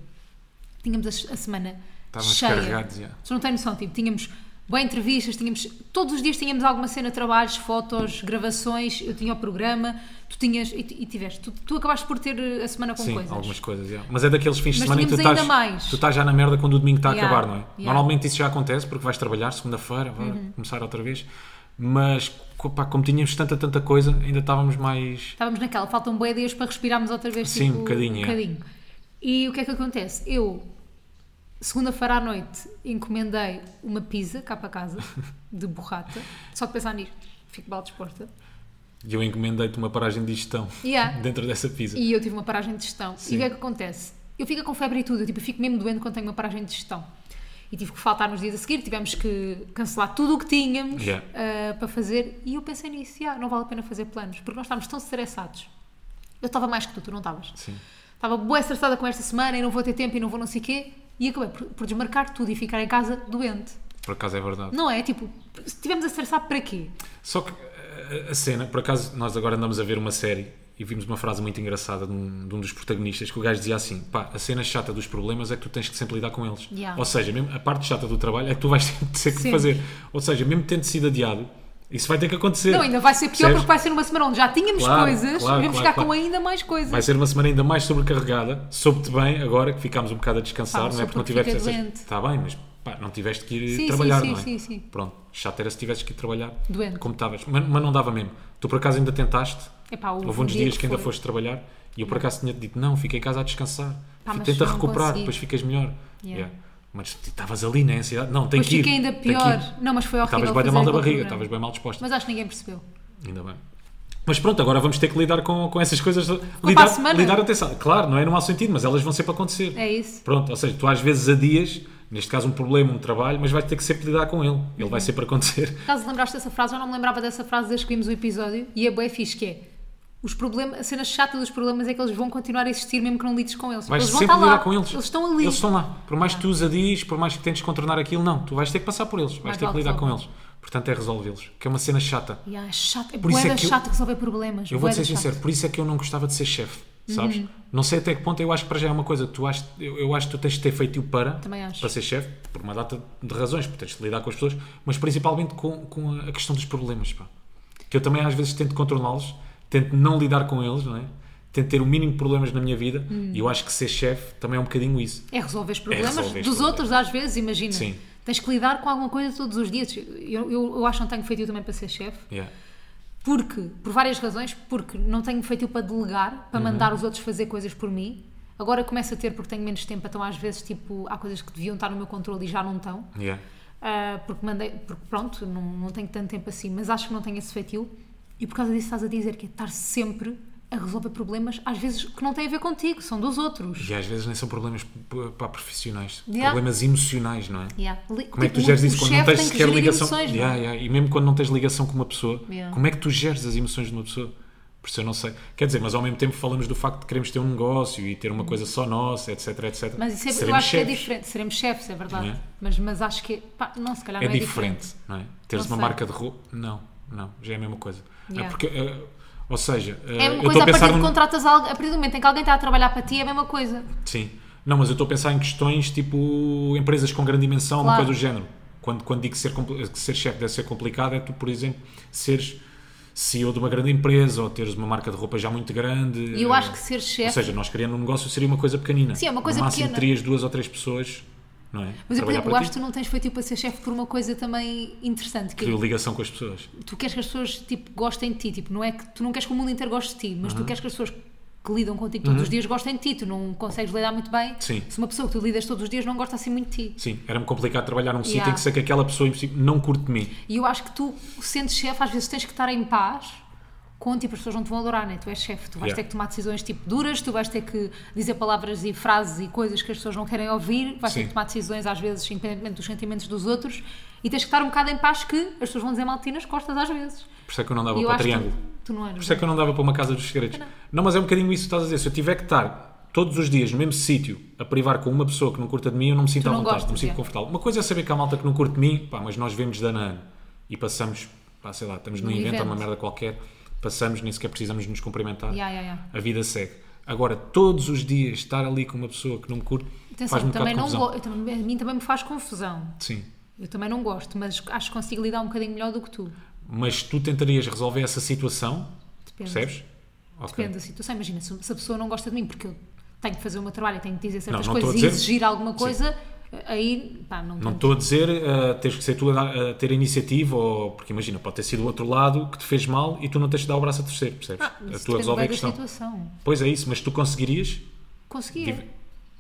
Tínhamos a, a semana
Estávamos
cheia.
carregados, já.
Vocês não têm noção, tipo, tínhamos bem entrevistas, tínhamos, todos os dias tínhamos alguma cena, trabalhos, fotos, gravações, eu tinha o programa, tu tinhas, e, tu- e tiveste, tu, tu acabaste por ter eh, a semana com
Sim,
coisas.
algumas coisas. yeah. Mas é daqueles fins de
Mas
semana em que tu
tínhamos
estás,
ainda mais.
tu estás já na merda quando o domingo está a
Yeah,
acabar, não é?
yeah. Uhum.
Normalmente isso já acontece porque vais trabalhar segunda-feira, vai começar outra vez. Mas co- pá, como tínhamos tanta, tanta coisa, ainda estávamos mais.
Estávamos naquela, faltam boas dias para respirarmos outra vez.
Sim,
tipo,
um bocadinho, é.
E o que é que acontece? Eu, segunda-feira à noite, encomendei uma pizza cá para casa, de borrata, só de pensar nisto, fico mal disposta.
E eu encomendei-te uma paragem de digestão
Yeah.
dentro dessa pizza.
E eu tive uma paragem de gestão. E
Sim.
o que é que acontece? Eu fico com febre e tudo, eu, tipo, eu fico mesmo doente quando tenho uma paragem de gestão. E tive que faltar nos dias a seguir, tivemos que cancelar tudo o que tínhamos
Yeah.
ah, para fazer. E eu pensei nisso, ah, não vale a pena fazer planos, porque nós estávamos tão estressados. Eu estava mais que tu, tu não estavas.
Sim.
estava boa estressada com esta semana e não vou ter tempo e não vou não sei o quê, e acabei por, por desmarcar tudo e ficar em casa doente.
Por acaso é verdade.
Não é? Tipo, se estivemos a estressar para quê?
Só que eh, a cena, por acaso, nós agora andamos a ver uma série e vimos uma frase muito engraçada de um, de um dos protagonistas que o gajo dizia assim: pá, a cena chata dos problemas é que tu tens que sempre lidar com eles.
Yeah.
Ou seja, mesmo a parte chata do trabalho é que tu vais ter que- ter que
Sim.
fazer. Ou seja, mesmo tendo sido adiado, isso vai ter que acontecer.
Não, ainda vai ser pior
Percebes?
porque vai ser uma semana onde já tínhamos
Claro,
coisas,
claro,
vamos
claro,
ficar
claro.
com ainda mais coisas.
Vai ser uma semana ainda mais sobrecarregada. Soube-te bem agora que ficámos um bocado a descansar,
Pá,
não
só
é? Porque não
porque
tiveste.
fiquei doente.
Está bem, mas pá, não tiveste que ir
Sim,
trabalhar,
sim,
não é?
sim, sim, sim.
Pronto, chato era se tivesses que ir trabalhar.
Doente.
Como estavas. Mas, mas não dava mesmo. Tu por acaso ainda tentaste?
Epá, houve
Houve
um
uns
dia
dias
que
que ainda
foi.
foste trabalhar e eu por acaso tinha-te dito: não, fica em casa a descansar.
Pá,
Fi-
mas
Tenta
não
recuperar,
consegui.
depois ficas melhor.
Yeah.
Yeah. Mas tu estavas ali na ansiedade. Não, tem
Mas
que ir.
fiquei ainda
tem que ir.
pior. Não, mas foi horrível.
Estavas bem da
fazer
mal da
aquele
barriga,
programa.
estavas bem mal disposta.
Mas acho que ninguém percebeu.
Ainda bem. Mas pronto, agora vamos ter que lidar com, com essas coisas.
para a
Lidar,
semana.
lidar atenção. Claro, não é no mau sentido, mas elas vão sempre acontecer.
É isso.
Pronto, ou seja, tu às vezes adias, neste caso um problema, um trabalho, mas vais ter que sempre lidar com ele. Ele
Uhum.
vai sempre acontecer.
Caso lembraste dessa frase, eu não me lembrava dessa frase desde que vimos o episódio e é bué fixe que é os problemas, a cena chata dos problemas é que eles vão continuar a existir mesmo que não lides com Tipo, eles.
Vais
eles vão
sempre
estar
lidar
lá.
com eles.
Eles estão ali.
Eles estão lá. Por mais que tu os adies, por mais que tentes contornar aquilo, não. Tu vais ter que passar por eles. Vais
Mais
ter que
vale
lidar com
resolver.
eles. Portanto, é resolvê-los. Que é uma cena chata.
Yeah, é chato, é
Por isso é
bué da
que eu-
chato resolver problemas.
Eu
bué Uhum.
vou-te ser
da chato.
sincero, por isso é que eu não gostava de ser chefe, sabes? Não sei até que ponto, eu acho que para já é uma coisa que tu achas, eu, eu acho que tu tens de ter feito o para,
Também acho.
para ser chefe, por uma data de razões, porque tens de lidar com as pessoas, mas principalmente com, com a questão dos problemas, pá. Que eu também às vezes tento controlá-los, tento não lidar com eles, não é? Tento ter o mínimo de problemas na minha vida
Hum.
e eu acho que ser chefe também é um bocadinho isso.
É resolver os problemas
resolver os
dos
problemas.
outros, às vezes, imagina.
Sim.
Tens que lidar com alguma coisa todos os dias. Eu, eu, eu acho que não tenho feito também para ser chefe.
Yeah.
Porque, por várias razões, porque não tenho feito para delegar,
Uhum.
para mandar os outros fazer coisas por mim. Agora começo a ter porque tenho menos tempo, então às vezes tipo, há coisas que deviam estar no meu controle e já não estão.
Yeah.
Ah, porque mandei, porque pronto, não, não tenho tanto tempo assim, mas acho que não tenho esse feitio. E por causa disso estás a dizer que é estar sempre a resolver problemas, às vezes que não têm a ver contigo, são dos outros.
E às vezes nem são problemas p- para profissionais,
Yeah.
problemas emocionais, não é?
Yeah. Li-
Como é que tu
tipo,
geres
o-
isso
o
quando não
chefe
tens
tem que
sequer
gerir
ligação?
emoções, não é?
Yeah, yeah. E mesmo quando não tens ligação com uma pessoa,
Yeah.
como é que tu geres as emoções de uma pessoa? Por isso eu não sei. Quer dizer, mas ao mesmo tempo falamos do facto de queremos ter um negócio e ter uma coisa só nossa, etc, etc.
Mas isso é, eu
Seremos
acho que é
chefes.
diferente. Seremos chefes, é verdade.
Não é?
Mas, mas acho que. Pá, não, se calhar
É
não é diferente.
diferente, não é? Teres
Não
uma
sei.
marca de roupa. Não, não, já é a mesma coisa. É
Yeah.
porque, eh, ou seja, eh,
É
eu
uma
estou
coisa
a
a
pensar
partir de
num-
contratas algo, a partir do momento em que alguém está a trabalhar para ti é a mesma coisa.
Sim. Não, mas eu estou a pensar em questões tipo empresas com grande dimensão, uma
Claro.
coisa do género. Quando, quando digo que ser, compl- que ser chefe deve ser complicado, é tu, por exemplo, seres CEO de uma grande empresa ou teres uma marca de roupa já muito grande.
E eu acho que ser
Eh, Ou
chefe.
seja, nós criando um negócio seria uma coisa pequenina.
Sim, é uma coisa
no máximo
pequena.
terias duas ou três pessoas, não é?
Mas eu, por
Trabalhar
exemplo, eu
para
acho que
ti.
tu não tens feito para ser chefe por uma coisa também interessante. Que
Criou ligação com as pessoas.
tu queres que as pessoas tipo, gostem de ti. Tipo, não é que tu não queres que o mundo inteiro goste de ti, mas
Uhum.
tu queres que as pessoas que lidam contigo todos os dias gostem de ti. Tu não consegues lidar muito bem
Sim.
se uma pessoa que tu lidas todos os dias não gosta assim muito de ti.
Sim, era-me complicado trabalhar num sítio em
Yeah.
que sei que aquela pessoa impossível- não curte de mim.
E eu acho que tu, sendo chefe, às vezes tens que estar em paz com tipo, as pessoas não te vão adorar, né? Tu és chefe, tu vais
Yeah.
ter que tomar decisões tipo duras, tu vais ter que dizer palavras e frases e coisas que as pessoas não querem ouvir, vais ter
Sim.
que tomar decisões às vezes independentemente dos sentimentos dos outros e tens que estar um bocado em paz que as pessoas vão dizer mal de ti nas costas às vezes.
Por isso é que eu não dava
e eu
para o
acho
triângulo.
que tu não
Por
eras.
isso é que eu não dava para uma casa dos segredos. Não. mas é um bocadinho isso que estás a dizer. Se eu tiver que estar todos os dias no mesmo sítio a privar com uma pessoa que não curta de mim, eu não me sinto
Tu
à
não
vontade,
gostas,
não me sinto
é.
confortável. Uma coisa é saber que há malta que não curte de mim, pá, mas nós vemos dano a ano e passamos, pá, sei lá, estamos num
Num
evento, há uma
evento.
merda qualquer, passamos, nem sequer precisamos nos cumprimentar.
Yeah, yeah, yeah.
A vida segue. Agora, todos os dias estar ali com uma pessoa que não me curte,
Atenção,
faz-me um bocado
também
de
não
confusão.
go- eu também- a mim também me faz confusão.
Sim.
Eu também não gosto, mas acho que consigo lidar um bocadinho melhor do que tu.
Mas tu tentarias resolver essa situação,
Depende.
percebes? Ok.
Depende da situação. Imagina, se, se a pessoa não gosta de mim porque eu tenho que fazer o meu trabalho e tenho que dizer certas
Não, não estou
coisas
a
e
dizer-
exigir alguma coisa, aí pá, não,
Não
tenho.
estou a dizer ah, teres que ser tu a, dar- a ter a iniciativa, ou, porque imagina, pode ter sido o outro lado que te fez mal e tu não tens de dar o braço a torcer, percebes?
Ah,
a
isso
tua
depende
resolve a
bem da
questão.
situação.
Pois é isso, mas tu conseguirias?
Conseguia,
Div-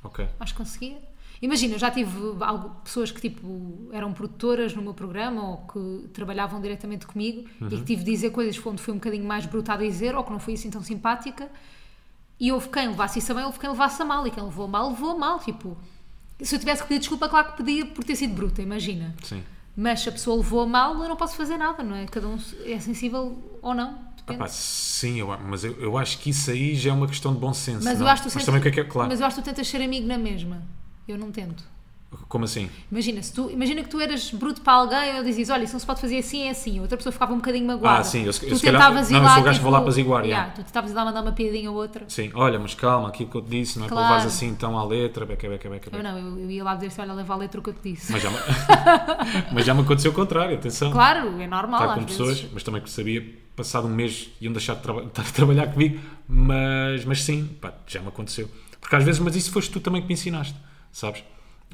Ok.
acho que conseguia. Imagina, eu já tive algo- pessoas que tipo eram produtoras no meu programa ou que trabalhavam diretamente comigo e
Uhum.
que tive de dizer coisas quando fui um bocadinho mais brutal a dizer ou que não fui assim tão simpática. E houve quem levasse isso a bem, houve quem levasse a mal. E quem levou a mal, levou a mal. Tipo, se eu tivesse que pedir desculpa, claro que pedia por ter sido bruta, imagina.
Sim.
Mas se a pessoa levou a mal, eu não posso fazer nada, não é? Cada um é sensível ou não. Depende.
Pá, sim, eu, mas eu, eu acho que isso aí já é uma questão de bom senso.
mas,
não?
eu acho que tu
mas
sentes-
também o que é que é claro?
mas eu acho que tu tentas ser amigo na mesma. Eu não tento.
Como assim?
Imagina, se tu, imagina que tu eras bruto para alguém ou dizias, olha, isso não se pode fazer assim, é assim. A Outra pessoa ficava um bocadinho magoada.
Ah, sim, eu se-
tu
eu se calhar-
tentavas ir
não, eu
lá.
sou o gajo que vou lá
tipo,
para ziguar,
yeah,
já.
Tu tentavas ir lá mandar uma piadinha a outra.
Sim, olha, mas calma, aquilo que eu te disse, não é
Claro.
para levares assim então à letra, beca, beca, beca,
Eu
beca.
não, eu, eu ia lá dizer assim, olha, leva a letra o que eu te disse.
Mas já, me- mas já me aconteceu o contrário, atenção.
Claro, é normal
Estar Tá com
às
pessoas,
vezes.
mas também que sabia, passado um mês iam deixar de traba- estar a trabalhar comigo, mas, mas sim, pá, já me aconteceu. Porque às vezes, mas isso foste tu também que me ensinaste, sabes?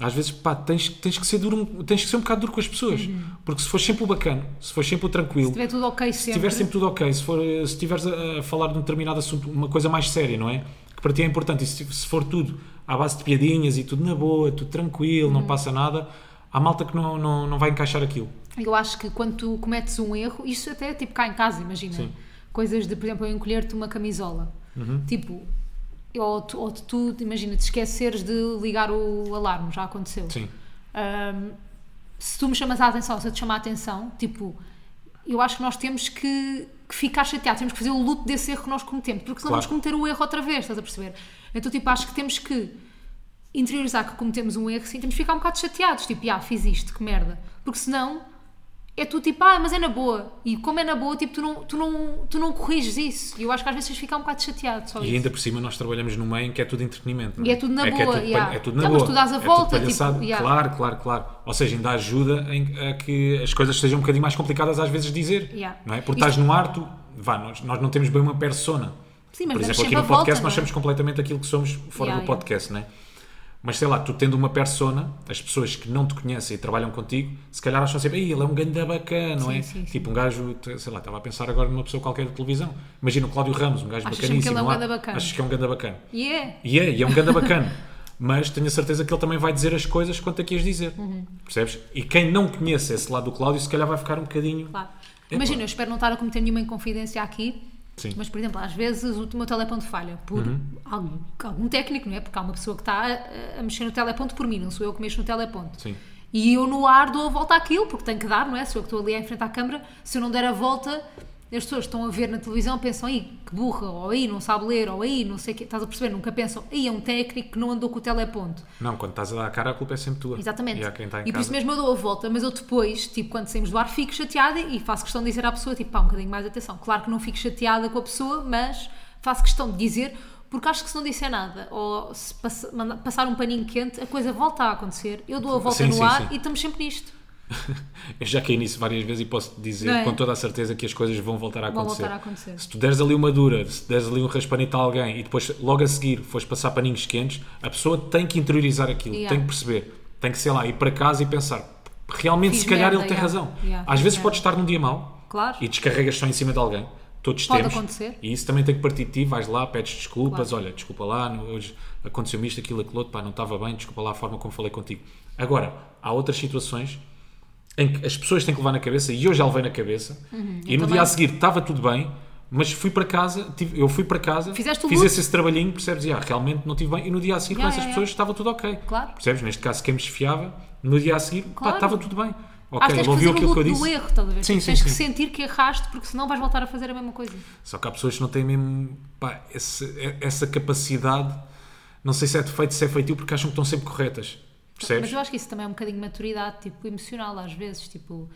Às vezes, pá, tens, tens que ser duro, um- tens que ser um bocado duro com as pessoas. Porque se for sempre o bacana, se for sempre o tranquilo,
Uhum. Se tiver tudo ok
se
sempre.
tiver sempre tudo ok, se for eh, se estiveres a, a falar de um determinado assunto, uma coisa mais séria, não é? Que para ti é importante, e se, se for tudo à base de piadinhas e tudo na boa, tudo tranquilo,
Uhum.
não passa nada, há malta que não, não, não vai encaixar aquilo.
Eu acho que quando tu cometes um erro, isso até tipo cá em casa, imagina. Coisas de, por exemplo, eu encolher-te uma camisola. Tipo, ou tu, ou tu, imagina, te esqueceres de ligar o alarme, já aconteceu.
Sim.
Hum, se tu me chamas a atenção, se eu te chamar a atenção, tipo, eu acho que nós temos que, que ficar chateados, temos que fazer o luto desse erro que nós cometemos, porque senão
Claro.
vamos cometer o erro outra vez, estás a perceber? Então, tipo, acho que temos que interiorizar que cometemos um erro, sim, temos que ficar um bocado chateados, tipo, ah, fiz isto, que merda. Porque senão é tu tipo, ah, mas é na boa. E como é na boa, tipo, tu não, tu não, tu não corriges isso. E eu acho que às vezes tens de ficar um bocado chateado, só
E
isso.
ainda por cima nós trabalhamos num meio em que é tudo entretenimento. não
E é tudo na
que
boa,
É tudo,
yeah.
palha- é tudo na
Não, mas
boa.
tu dás a
É tudo
volta, tipo,
palhaçada.
yeah.
Claro, claro, claro. Ou seja, ainda ajuda em- a que as coisas sejam um bocadinho mais complicadas às vezes de dizer.
Yeah.
Não é? Porque
Isto-
estás no ar, tu, vá, nós, nós não temos bem uma persona.
Sim, mas
por
damos
exemplo, aqui
sempre
no
a
podcast
volta,
nós
não é?
somos completamente aquilo que somos fora
Yeah,
do podcast, não é? Mas sei lá, tu tendo uma persona, as pessoas que não te conhecem e trabalham contigo, se calhar acham sempre, "Ei, ele é um ganda bacana, não
Sim,
é?
sim, sim.
tipo um gajo, t- sei lá, estava a pensar agora numa pessoa qualquer de televisão. Imagina o Cláudio Ramos, um gajo
Achas sempre que
bacaníssimo.
ele é um
não há-
ganda bacana.
Achas que é um ganda bacana.
E é.
E é, e é um ganda bacana. Mas tenho a certeza que ele também vai dizer as coisas quanto a que as dizer.
Uhum.
Percebes? E quem não conhece esse lado do Cláudio, se calhar vai ficar um bocadinho.
Claro.
É,
Imagina,
claro.
eu espero não estar a cometer nenhuma inconfidência aqui,
Sim.
mas, por exemplo, às vezes o meu teleponto falha por algum, algum técnico, não é? Porque há uma pessoa que está a, a mexer no teleponto por mim, não sou eu que mexo no teleponto.
Sim.
E eu no ar dou a volta àquilo, porque tenho que dar, não é? Sou eu que estou ali em frente à câmara, se eu não der a volta, as pessoas estão a ver na televisão pensam, aí que burra, ou aí não sabe ler, ou aí não sei o quê, estás a perceber? Nunca pensam, aí é um técnico que não andou com o teleponto.
Não, quando estás a dar a cara, a culpa é sempre tua.
Exatamente.
E há quem está em
e por isso
casa.
mesmo eu dou a volta, mas eu depois, tipo, quando saímos do ar, fico chateada e faço questão de dizer à pessoa, tipo, pá, um bocadinho mais de atenção. Claro que não fico chateada com a pessoa, mas faço questão de dizer, porque acho que se não disser nada ou se passa- manda- passar um paninho quente, a coisa volta a acontecer. Eu dou a volta
Sim,
no
sim,
ar
sim.
e estamos sempre nisto.
Eu já caí nisso várias vezes e posso dizer
Não é?
com toda a certeza que as coisas vão voltar a
Vão
acontecer.
voltar a acontecer.
Se tu deres ali uma dura, se deres ali um raspanito a alguém e depois logo a seguir fores passar paninhos quentes, a pessoa tem que interiorizar aquilo,
Yeah.
tem que perceber, tem que, sei lá, ir para casa e pensar. Realmente,
Fiz
se calhar
merda,
ele tem
yeah.
razão.
Yeah,
Às
fiz
vezes
merda.
podes estar num dia mau
Claro.
e descarregas só em cima de alguém. Todos
Pode
temos.
acontecer.
E isso também tem que partir de ti. Vais lá, pedes desculpas. Olha, desculpa lá, no- hoje aconteceu-me isto, aquilo, aquilo outro. Pá, não estava bem. Desculpa lá a forma como falei contigo. Agora, há outras situações em que as pessoas têm que levar na cabeça, e eu já levei na cabeça, e no
Uhum. também.
dia a seguir estava tudo bem, mas fui para casa, tive- eu fui para casa,
Fizeste o
fiz
luto.
esse, esse trabalhinho, percebes? E ah, realmente não tive bem, e no dia a seguir
Ya,
com essas
ya, ya.
pessoas estava tudo ok.
Claro.
Percebes? Neste caso, quem me desfiava, no dia a seguir pá,
Claro.
estava tudo bem.
acho que
Ok,
tens
ele
que fazer
ouviu
o
aquilo que eu
luto
disse.
do erro, estás a ver?
Sim,
Tipo,
sim,
tens que
sim.
sentir que erraste, porque senão vais voltar a fazer a mesma coisa.
Só que há pessoas que não têm mesmo pá, esse- é- essa capacidade, não sei se é defeito, se é feitio, porque acham que estão sempre corretas. Percebes?
Mas eu acho que isso também é um bocadinho de maturidade, tipo, emocional às vezes, tipo...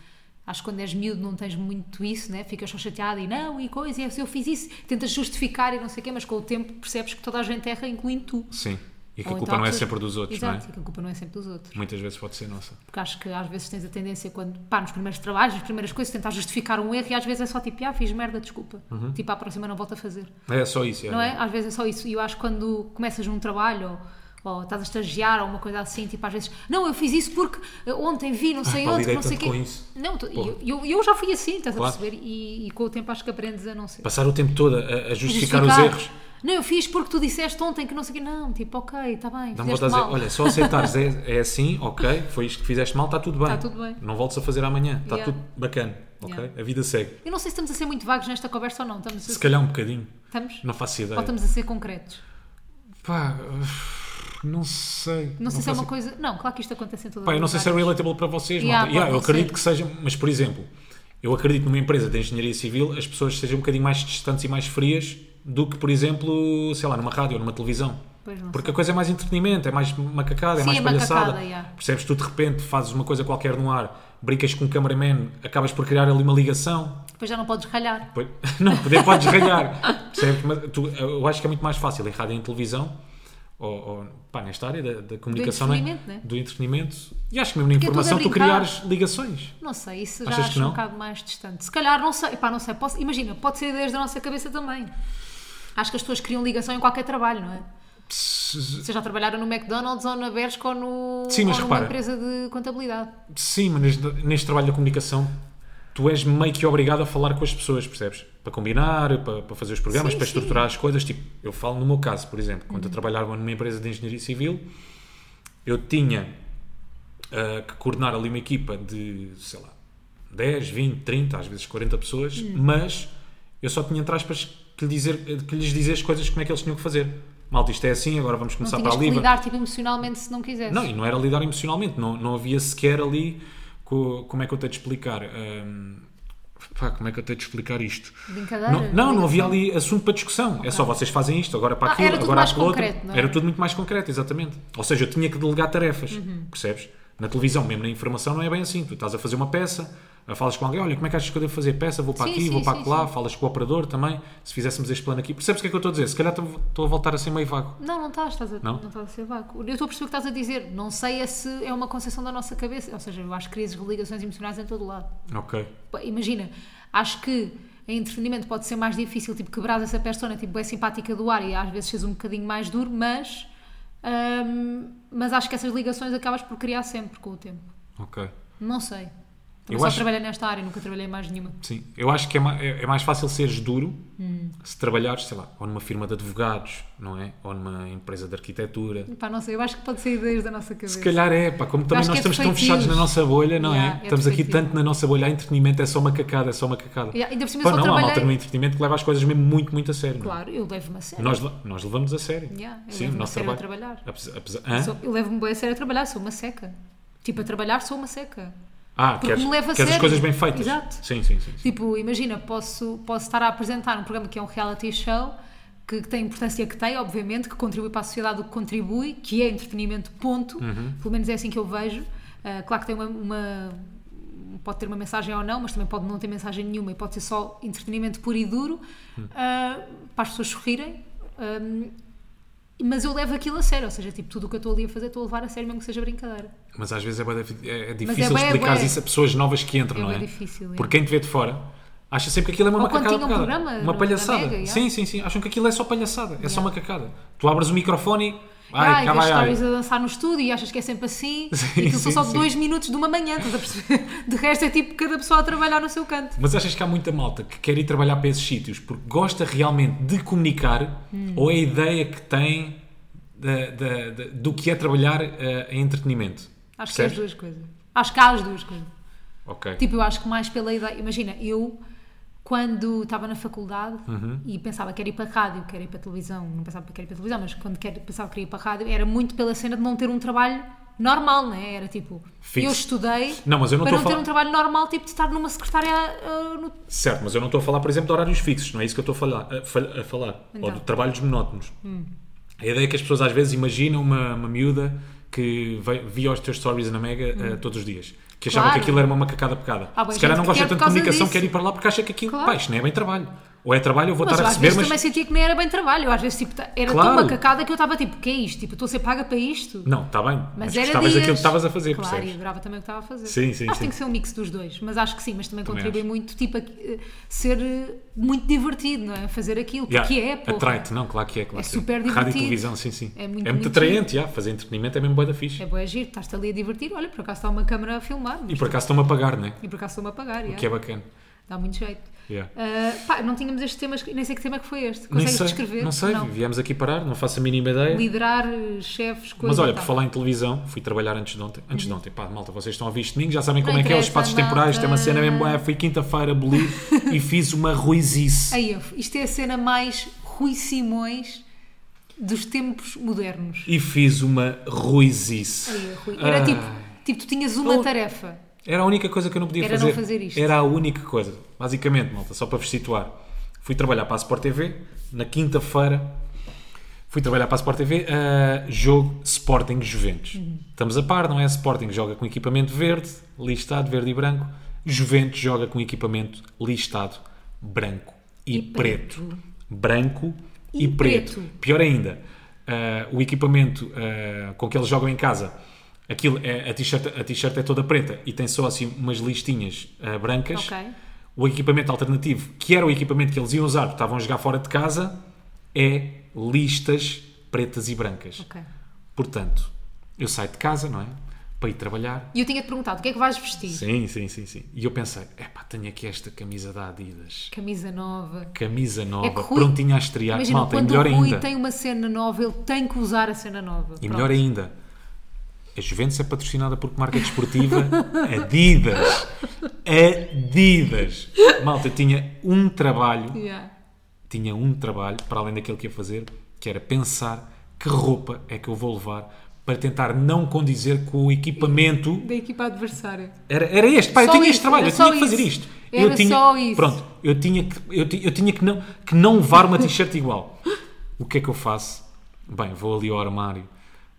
Acho que quando és miúdo não tens muito isso, né? Ficas só chateada e não, e coisa, e se eu fiz isso, tentas justificar e não sei o quê, mas com o tempo percebes que toda a gente erra, incluindo tu.
Sim. E que
Ou
a
então
culpa
há
não é
pessoas-
sempre dos outros,
Exato,
não
e
é?
que a culpa não é sempre dos outros.
Muitas vezes pode ser nossa.
Porque acho que às vezes tens a tendência, quando pá, nos primeiros trabalhos, nas primeiras coisas, tentar justificar um erro e às vezes é só tipo, ah, fiz merda, desculpa.
Uhum.
Tipo, à próxima não volto a fazer
É só isso, é.
não é? Às vezes é só isso. E eu acho que quando começas num trabalho ou, ou estás a estagiar ou uma coisa assim, tipo às vezes, não, eu fiz isso porque eh, ontem vi, não sei
pá,
onde,
lidei
não sei o
Ah, tanto
quê.
com isso.
Não, tu-
Porra.
eu, eu, eu já fui assim, estás
Claro.
a perceber? E, e com o tempo acho que aprendes a não ser.
Passar o tempo todo a- a, justificar, os erros.
Não, eu fiz porque tu disseste ontem que não sei o quê. Não, tipo, ok, está bem,
Dá-me vontade
fizeste
de dizer,
mal.
olha, só aceitares é, é assim, ok, foi isto que fizeste mal, está tudo bem.
Tá tudo bem.
Não voltes a fazer amanhã, está
Yeah.
tudo bacana, ok?
Yeah.
A vida segue.
Eu não sei se estamos a ser muito vagos nesta conversa ou não. Estamos, a-
Se calhar um bocadinho,
estamos?
não faço
ou
ideia.
estamos a ser concretos?
Pá, uh, Não sei.
Não sei se é
faço-
uma coisa. Não, claro que isto acontece em todo
Pá, eu
o
não sei se é
lugar.
relatable para vocês,
Yeah,
malta. Yeah,
pode
eu
não ser.
acredito que seja, mas por exemplo, eu acredito numa empresa de engenharia civil as pessoas sejam um bocadinho mais distantes e mais frias do que, por exemplo, sei lá, numa rádio ou numa televisão.
Pois não
Porque a coisa é mais entretenimento, é mais macacada, é
Sim,
mais
é
palhaçada.
macacada, yeah.
Percebes? Tu de repente fazes uma coisa qualquer no ar, brincas com um cameraman, acabas por criar ali uma ligação.
Depois já não podes ralhar.
Pois- não, poder podes ralhar. Percebes? Mas tu- eu acho que é muito mais fácil em rádio e em televisão, ou, ou, pá, nesta área da, da comunicação, não é?
entretenimento, né?
do entretenimento. E acho que mesmo na
Porque é tudo a
informação tu
brincar.
criares ligações.
Não sei, isso já
Achas que
acho
não?
um bocado mais distante. Se calhar, não sei. Epá, não sei. Posso, imagina, pode ser ideias da nossa cabeça também. Acho que as pessoas criam ligação em qualquer trabalho, não é? Vocês já trabalharam no McDonald's ou na Bershka ou, no,
Sim, mas
ou numa
repara.
empresa de contabilidade.
Sim, mas neste, neste trabalho da comunicação tu és meio que obrigado a falar com as pessoas, percebes? Para combinar, para, para fazer os programas,
Sim,
para
sim. Uhum.
estruturar as coisas. Tipo, eu falo no meu caso, por exemplo, quando eu trabalhava numa empresa de engenharia civil, eu tinha ah, que coordenar ali uma equipa de, sei lá, 10, 20, 30, às vezes 40 pessoas,
Hum.
mas eu só tinha, entre aspas, que, lhe dizer, que lhes dizer as coisas como é que eles tinham que fazer. Malta, isto é assim, agora vamos
Não
começar para
tinhas
a
que
livre.
lidar tipo, emocionalmente se não quisesse.
Não, e não era lidar emocionalmente, não, não havia sequer ali. co- como é que eu tenho de explicar? Hum, pá, como é que eu tenho de explicar isto?
Brincadeira?
Não, não, não havia
ligação.
ali assunto para discussão. É só vocês fazem isto, agora para
Ah,
aquilo,
era tudo
agora
mais
aquilo outro.
concreto, não é?
Era tudo muito mais concreto, exatamente. Ou seja, eu tinha que delegar tarefas,
Uhum.
percebes? Na televisão, mesmo na informação, não é bem assim. Tu estás a fazer uma peça, falas com alguém, olha, como é que achas que eu devo fazer peça? Vou para
Sim,
aqui,
sim,
vou para
sim,
lá,
sim.
falas com o operador também, se fizéssemos este plano aqui. Percebes o que é que eu estou a dizer? Se calhar estou estou a voltar a ser meio vago.
Não, não estás, estás a,
Não?
não? estás a ser vago. Eu estou a perceber o que estás a dizer. Não sei é se é uma concepção da nossa cabeça. Ou seja, eu acho crises, ligações emocionais em todo lado.
Ok.
Pá, Imagina, acho que em entretenimento pode ser mais difícil, tipo, quebrar essa persona, tipo, é simpática do ar e às vezes és um bocadinho mais duro, mas. hum, mas acho que essas ligações acabas por criar sempre com o tempo.
Ok.
Não sei.
Eu
Também só
acho-
trabalhei nesta área, nunca trabalhei em mais nenhuma.
Sim, eu acho que é, ma- é- é mais fácil seres duro
Hum.
se trabalhares, sei lá, ou numa firma de advogados, não é? Ou numa empresa de arquitetura.
Pá, não sei, eu acho que pode ser ideias da nossa cabeça.
Se calhar é, pá, como também
acho
nós
que é
estamos tão
defeitio.
fechados na nossa bolha, não
Yeah,
é?
é
Estamos aqui
defeitio.
tanto na nossa bolha, há entretenimento, é só macacada, é só macacada.
Yeah, ainda por cima
Pá,
eu só
não, há malta
trabalhei-
no entretenimento que leva as coisas mesmo muito, muito a sério. não é?
Claro, eu levo-me a sério.
Nós, le- nós levamos a sério.
Yeah, eu
Sim, o
levo-me a
nosso
sério a
trabalho.
trabalhar.
Apesar- apesar- hã?
Sou- eu levo-me bem a sério a trabalhar, sou uma seca. Tipo, a trabalhar sou uma seca.
Ah,
porque
queres,
me leva a
queres as
sério.
coisas bem feitas.
Exato.
Sim, sim, sim. sim.
Tipo, imagina, posso, posso estar a apresentar um programa que é um reality show, que, que tem a importância que tem, obviamente, que contribui para a sociedade o que contribui, que é entretenimento, ponto. Pelo menos é assim que eu vejo. Ah, claro que tem uma, uma- Pode ter uma mensagem ou não, mas também pode não ter mensagem nenhuma e pode ser só entretenimento puro e duro ah, para as pessoas sorrirem. Ah, mas eu levo aquilo a sério, ou seja, tipo, tudo o que eu estou ali a fazer estou a levar a sério, mesmo que seja brincadeira.
Mas às vezes é, bué da- é- é difícil
bué,
explicar
bué.
isso a pessoas novas que entram,
É
não é?
bué difícil, é.
Porque quem te vê de fora acha sempre que aquilo é uma
Ou quando
macacada.
tinha um
bocada,
programa
uma
no-
palhaçada.
na Mega, já.
Sim, sim, sim. Acham que aquilo é só palhaçada, é só macacada. Tu abres o microfone e.
Ai,
Ai, cá
vês
vai, ai.
stories a dançar no estúdio e achas que é sempre assim.
Sim,
e aquilo são
sim,
só
sim.
dois minutos de uma manhã, estás a perceber? De resto é tipo cada pessoa a trabalhar no seu canto.
Mas achas que há muita malta que quer ir trabalhar para esses sítios porque gosta realmente de comunicar
Hum.
ou é a ideia que tem da- da- da- do que é trabalhar eh, em entretenimento?
Acho que é as
Percebes?
duas coisas. Acho que há as duas coisas.
Ok.
Tipo, eu acho que mais pela ideia. Imagina, eu quando estava na faculdade
Uhum.
e pensava que era ir para a rádio, que era ir para a televisão, não pensava que era ir para a televisão, mas quando quer- pensava que queria ir para a rádio, era muito pela cena de não ter um trabalho normal, não é? Era tipo,
Fixo.
eu estudei
Não, mas eu não
para
estou
não ter
a falar-
um trabalho normal, tipo de estar numa secretária ah, no
Certo, mas eu não estou a falar, por exemplo, de horários fixos, não é isso que eu estou a falar. A, fal- a falar.
Então. Hum.
Ou de trabalhos monótonos. A ideia é que as pessoas às vezes imaginam uma, uma miúda que vai- via os teus stories na Mega eh, todos os dias, que achava
Hum. Claro.
que aquilo era uma macacada pecada.
Há bué
Se calhar
gente
não
que
gosta
quer
tanto
por
de
causa
comunicação,
disso.
quer ir para lá porque acha que aquilo,
Claro.
pá, isto não é bem trabalho. Ou é trabalho, eu vou
Mas
estar
eu
a
às
receber,
vezes
mas.
também sentia que nem era bem trabalho. Eu às vezes tipo, ta- era
Claro.
tão macacada que eu estava tipo, o que é isto? Tipo, eu estou a ser paga para isto?
Não, está bem.
Mas,
Mas,
era
gostavas
dias.
daquilo que estavas a fazer,
Claro, e
percebes?
adorava também o que estava a fazer.
Sim, sim,
acho que
sim.
tem que ser um mix dos dois, mas acho que sim, mas também,
Também
contribui
acho.
muito, tipo, a- eh, ser eh, muito divertido, não é? Fazer aquilo,
Yeah,
porque é, pô.
Atrai-te, não, claro que é. Claro
É
que
super
Rádio e
divertido.
televisão, sim, sim.
É muito, muito
atraente, já. Fazer entretenimento é mesmo boa da fixe.
É bom agir, estás-te ali a divertir, olha, por acaso está uma câmara a filmar
E por acaso estão-me a pagar, não é?
e por acaso estou-me a pagar, yeah.
Que é bacana.
dá muito jeito.
Yeah.
Ah, pá, não tínhamos este tema, escri- nem sei que tema é que foi este.
Nem
Consegues
sei,
descrever?
Não sei, viemos aqui parar, não faço a mínima ideia.
Liderar eh, chefes, coisas.
Mas
e
olha, por
tal.
falar em televisão, fui trabalhar antes de ontem. Antes de ontem, pá, malta, vocês estão a ouvir isto domingo, já sabem como é que é os
Uhum. interessa,
espaços temporais, tem uma cena mesmo,
malta.
bué, fui quinta-feira bolir e fiz uma ruizice.
Aí, eu- isto é a cena mais Rui Simões dos tempos modernos.
E fiz uma ruizice.
Aí, Rui, Era
Ah.
tipo, tipo, tu tinhas uma
Oh.
tarefa.
Era a única coisa que eu não podia
Era
fazer.
não fazer isto.
Era a única coisa. Basicamente, malta, só para vos situar. Fui trabalhar para a Sport TV na quinta-feira. Fui trabalhar para a Sport TV, ah, jogo Sporting Juventus.
Uhum.
Estamos a par, não é? Sporting joga com equipamento verde, listado, verde e branco. Juventus joga com equipamento listado, branco e,
E
preto.
preto.
Branco e,
E
preto.
preto.
Pior ainda, ah, o equipamento ah, com que eles jogam em casa, aquilo é, a t-shirt a t-shirt é toda preta e tem só assim umas listinhas ah, brancas.
Ok.
O equipamento alternativo, que era o equipamento que eles iam usar, porque estavam a jogar fora de casa, é listas pretas e brancas.
Ok.
Portanto, eu saio de casa, não é? Para ir trabalhar.
E eu tinha-te perguntado, o que é que vais vestir?
Sim, sim, sim, sim. E eu pensei, epá, tenho aqui esta camisa da Adidas.
Camisa nova.
Camisa nova,
É que Rui-
prontinha a estrear.
Imagina,
Malta, e
quando
melhor
o Rui
ainda.
tem uma cena nova, ele tem que usar a cena nova.
E
Pronto.
melhor ainda, a Juventus é patrocinada por que marca desportiva Adidas. Adidas. Malta, eu tinha um trabalho,
Yeah.
tinha um trabalho, para além daquele que ia fazer, que era pensar que roupa é que eu vou levar para tentar não condizer com o equipamento.
Da equipa adversária.
Era, era este, pá, eu
Só
tinha
isso,
este trabalho, eu
era
tinha
só
que fazer
isso.
isto.
Era
eu tinha,
só isso.
Pronto, eu tinha, que, eu, ti- eu tinha que, não, que não levar uma t-shirt igual. O que é que eu faço? Bem, vou ali ao armário,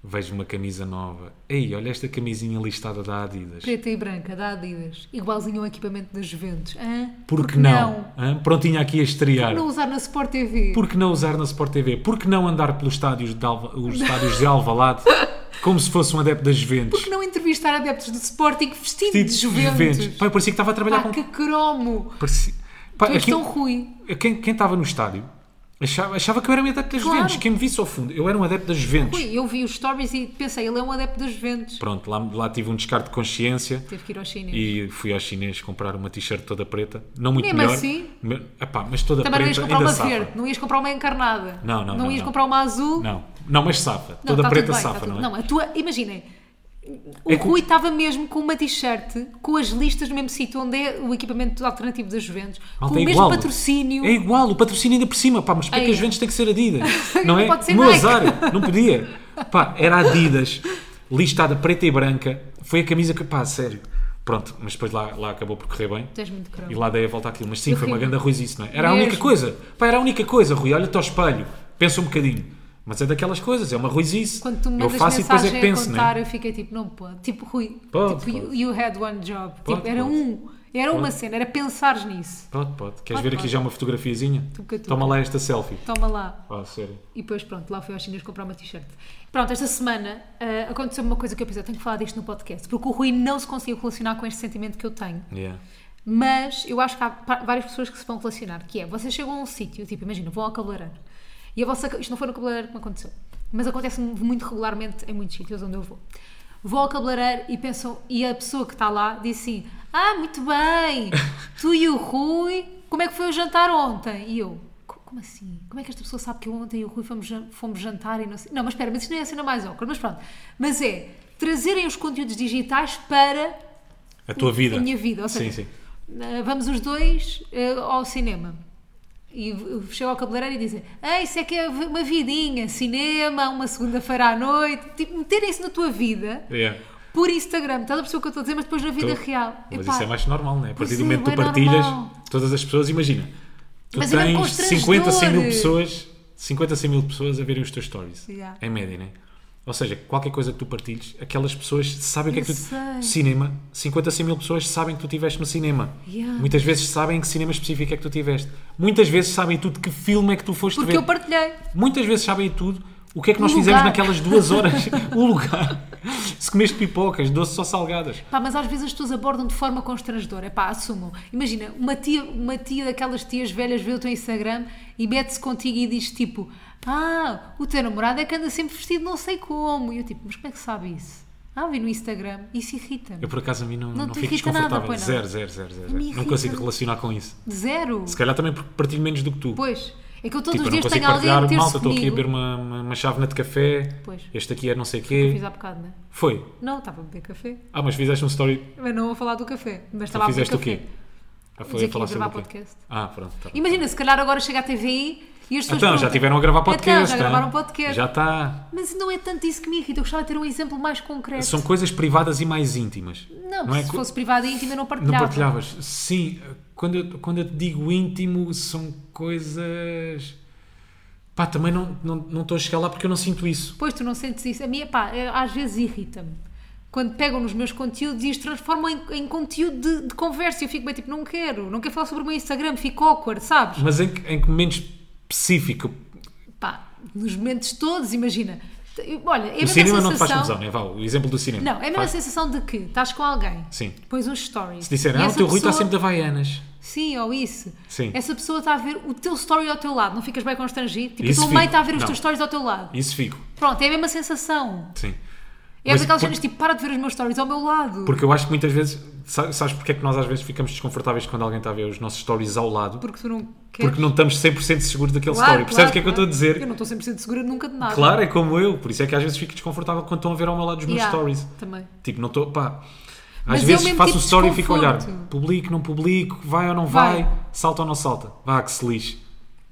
vejo uma camisa nova. Ei, olha esta camisinha listada da Adidas.
Preta e branca, da Adidas. Igualzinho ao equipamento das Juventus. Hã?
Por que não? Hã? Prontinha aqui a estrear.
Não usar na Sport TV.
Por que não usar na Sport TV? Por que não andar pelos estádios de, Alva, os estádios de Alvalade como se fosse um adepto das Juventus?
Por que não entrevistar adeptos do Sporting vestido
Vestido
de
de
Juventus?
Pá, eu parecia que estava a trabalhar
Pá,
com...
que cromo!
Parecia... Pá,
Tu és
aquilo-
tão ruim.
Quem, quem estava no estádio achava, achava que eu era um adepto das
Claro.
Juventus. Quem me visse ao fundo, eu era um adepto das Juventus.
Rui, eu vi os stories e pensei, ele é um adepto das Juventus.
Pronto, lá, lá tive um descarte de consciência
Teve que ir ao chinês.
e fui ao chinês comprar uma t-shirt toda preta. Não muito
Mesmo
melhor.
assim?
Me- epá, mas toda
Também não ias
preta
comprar
ainda
uma
safa.
verde, não ias comprar uma encarnada.
Não, não, não,
ias
não.
comprar uma azul.
Não, não, mas safa.
Não,
toda
tá
preta
tudo bem,
safa,
tá tudo-
não é?
Não, a tua, imaginem, o
É que-
Rui estava mesmo com uma t-shirt, com as listas no mesmo sítio onde é o equipamento alternativo das Juventus,
Malta,
com o
é
mesmo
igual.
patrocínio.
É igual, o patrocínio ainda por cima. Pá, mas para que
Ei.
as Juventus tem que ser Adidas? Não é?
Pode ser
no
Nike.
azar, não podia. Pá, era Adidas, listada preta e branca. Foi a camisa que. Pá, sério. Pronto, mas depois lá, lá acabou por correr bem.
Tu és muito cromo.
E lá dei a volta àquilo. Mas sim,
Eu
foi uma
ri-me.
grande arruizice, não é? Era a
Mesmo.
única coisa. Pá, era a única coisa, Rui. Olha-te ao espelho. Pensa um bocadinho. Mas é daquelas coisas, é uma ruizice.
Quando tu me
Eu
mandas
faço e depois é
mensagem
que penso,
a
não
contar,
é?
eu fiquei tipo, não pode. Tipo, Rui,
Pode,
tipo,
pode.
You, you had one job.
Pode,
tipo, era
pode.
um, era uma
Pode.
cena, era pensares nisso.
Pode, pode. Queres
Pode,
ver aqui
pode.
já uma fotografiazinha?
Tuca, tuca.
Toma lá esta selfie.
Toma lá.
Pá, sério.
E depois, pronto, lá fui aos chineses comprar uma t-shirt. Pronto, esta semana ah, aconteceu uma coisa que eu pensei, eu tenho que falar disto no podcast, porque o Rui não se conseguiu relacionar com este sentimento que eu tenho.
Yeah.
Mas eu acho que há pa- várias pessoas que se vão relacionar, que é, vocês chegam a um sítio, tipo, imagina, vão ao cabeleireiro, e a vossa, ca- isto não foi no cabeleireiro que me aconteceu, mas acontece muito regularmente em muitos sítios onde eu vou. Vou ao cabeleireiro e pensam, e a pessoa que está lá diz assim, ah, muito bem, tu e o Rui, como é que foi o jantar ontem? E eu, "Co- como assim? Como é que esta pessoa sabe que eu ontem e o Rui fomos, jan- fomos jantar e não sei... Não, mas espera, mas isto não é a cena mais óbvio, mas pronto. Mas é, trazerem os conteúdos digitais para
A tua vida.
a minha vida. Ou seja,
Sim, sim.
eh, vamos os dois eh, ao cinema. E v- chego ao cabeleireiro e dizem: Ah, isso é que é v- uma vidinha, cinema, uma segunda-feira à noite. Tipo, meterem isso na tua vida
Yeah.
por Instagram. Estás a perceber o que eu estou a dizer, mas depois na vida
Tu-
real.
Mas
Epá,
isso é mais normal, não é? A
Pois
partir do
é,
momento que tu
bué
partilhas,
normal.
todas as pessoas, imagina, tu
Mas é mesmo
tens
constrangedor.
50, 100 mil pessoas, 50, 100 mil pessoas a verem os teus stories.
Yeah.
Em média, né? Ou seja, qualquer coisa que tu partilhes, aquelas pessoas sabem o que é que
Eu
tu.
sei.
Cinema, 50, 100 mil pessoas sabem que tu estiveste no cinema.
Yeah.
Muitas vezes sabem que cinema específico é que tu tiveste. Muitas vezes sabem tudo que filme é que tu foste
Porque
ver.
eu partilhei.
Muitas vezes sabem tudo o que é que nós
O
fizemos
Um lugar.
naquelas duas horas. o lugar. Se comeste pipocas, doces ou salgadas.
Pá, mas às vezes as pessoas abordam de forma constrangedora. Pá, assumam. Imagina, uma tia, uma tia daquelas tias velhas vê o teu Instagram e mete-se contigo e diz tipo: Ah, o teu namorado é que anda sempre vestido não sei como. E eu tipo: Mas como é que sabe isso? Ah, vi no Instagram. Isso irrita-me.
Eu por acaso a mim não, não,
Não te
fico
irrita nada,
desconfortável.
pois não?
zero, zero, zero, zero.
Me
zero. Não
irrita.
consigo relacionar com isso.
Zero.
Se calhar também porque partilho menos do que tu.
Pois. É que eu todos
tipo,
os
eu não
dias
consigo
tenho alguém a
partilhar.
meter-se
Malta,
comigo.
estou aqui a beber uma, uma, uma chávena de café.
Pois.
Este aqui é não sei o
Fiz
quê.
há bocado, não é?
Foi.
Não, estava a beber café.
Ah, mas fizeste um story.
Mas não vou falar do café. Mas
Tu
estava a beber
fizeste o
café.
quê? Ah, foi
dizer que ia
falar sobre
gravar
o quê?
podcast.
Ah, pronto. tá bem.
Imagina, se calhar agora chega à TVI e as pessoas.
Então, já
perguntam,
tiveram a gravar podcast.
Então, já
ah?
gravaram podcast.
Já está.
Mas não é tanto isso que me irrita. Eu gostava de ter um exemplo mais concreto.
São coisas privadas e mais íntimas.
Não,
é
se
co-
fosse privado e íntima, não partilhava.
Não partilhavas? Sim, quando eu, quando eu te digo íntimo, são coisas. Pá, também não, não, não estou a chegar lá porque eu não sinto isso.
Pois tu não sentes isso. A mim, pá, é- às vezes irrita-me. Quando pegam nos meus conteúdos e os transformam em, em conteúdo de, de conversa. E eu fico bem tipo, não quero. Não quero falar sobre o meu Instagram. Fico awkward, sabes?
Mas em, que- em que momento específico?
Pá, nos momentos todos, imagina. Eu- Olha, é a
o
mesma
cinema
sensação...
não te faz confusão, né? Vá, o exemplo do cinema.
Não, é a mesma
Faz.
sensação de que estás com alguém.
Sim.
Pões um story.
Se disserem,
E
ah, o
essa
teu Rui está
pessoa-
sempre de Havaianas.
Sim, ou isso.
Sim.
Essa pessoa está a ver o teu story ao teu lado, não ficas bem constrangido? Tipo,
Isso
o teu mãe
fico.
está a ver os
Não.
teus stories ao teu lado.
Isso fico,
Pronto, é a mesma sensação.
sim.
É
Mas
daquelas
por-
cenas tipo, para de ver os meus stories ao meu lado.
Porque eu acho que muitas vezes. sa- Sabes porque é que nós às vezes ficamos desconfortáveis quando alguém está a ver os nossos stories ao lado?
Porque tu não queres.
Porque não estamos 100% seguros daquele story. Percebes o que é que eu estou a dizer?
Eu não estou 100% segura nunca de nada.
Claro, é como eu. Por isso é que às vezes fico desconfortável quando estão a ver ao meu lado os meus
Yeah,
stories.
Também.
Tipo, não estou. Pá.
Mas
Às
é o
vezes
mesmo
faço
tipo
um
de
story e fico a olhar.
desconforto.
Publico, não publico, vai ou não vai,
Vai.
salta ou não salta. Vá, que se lixe.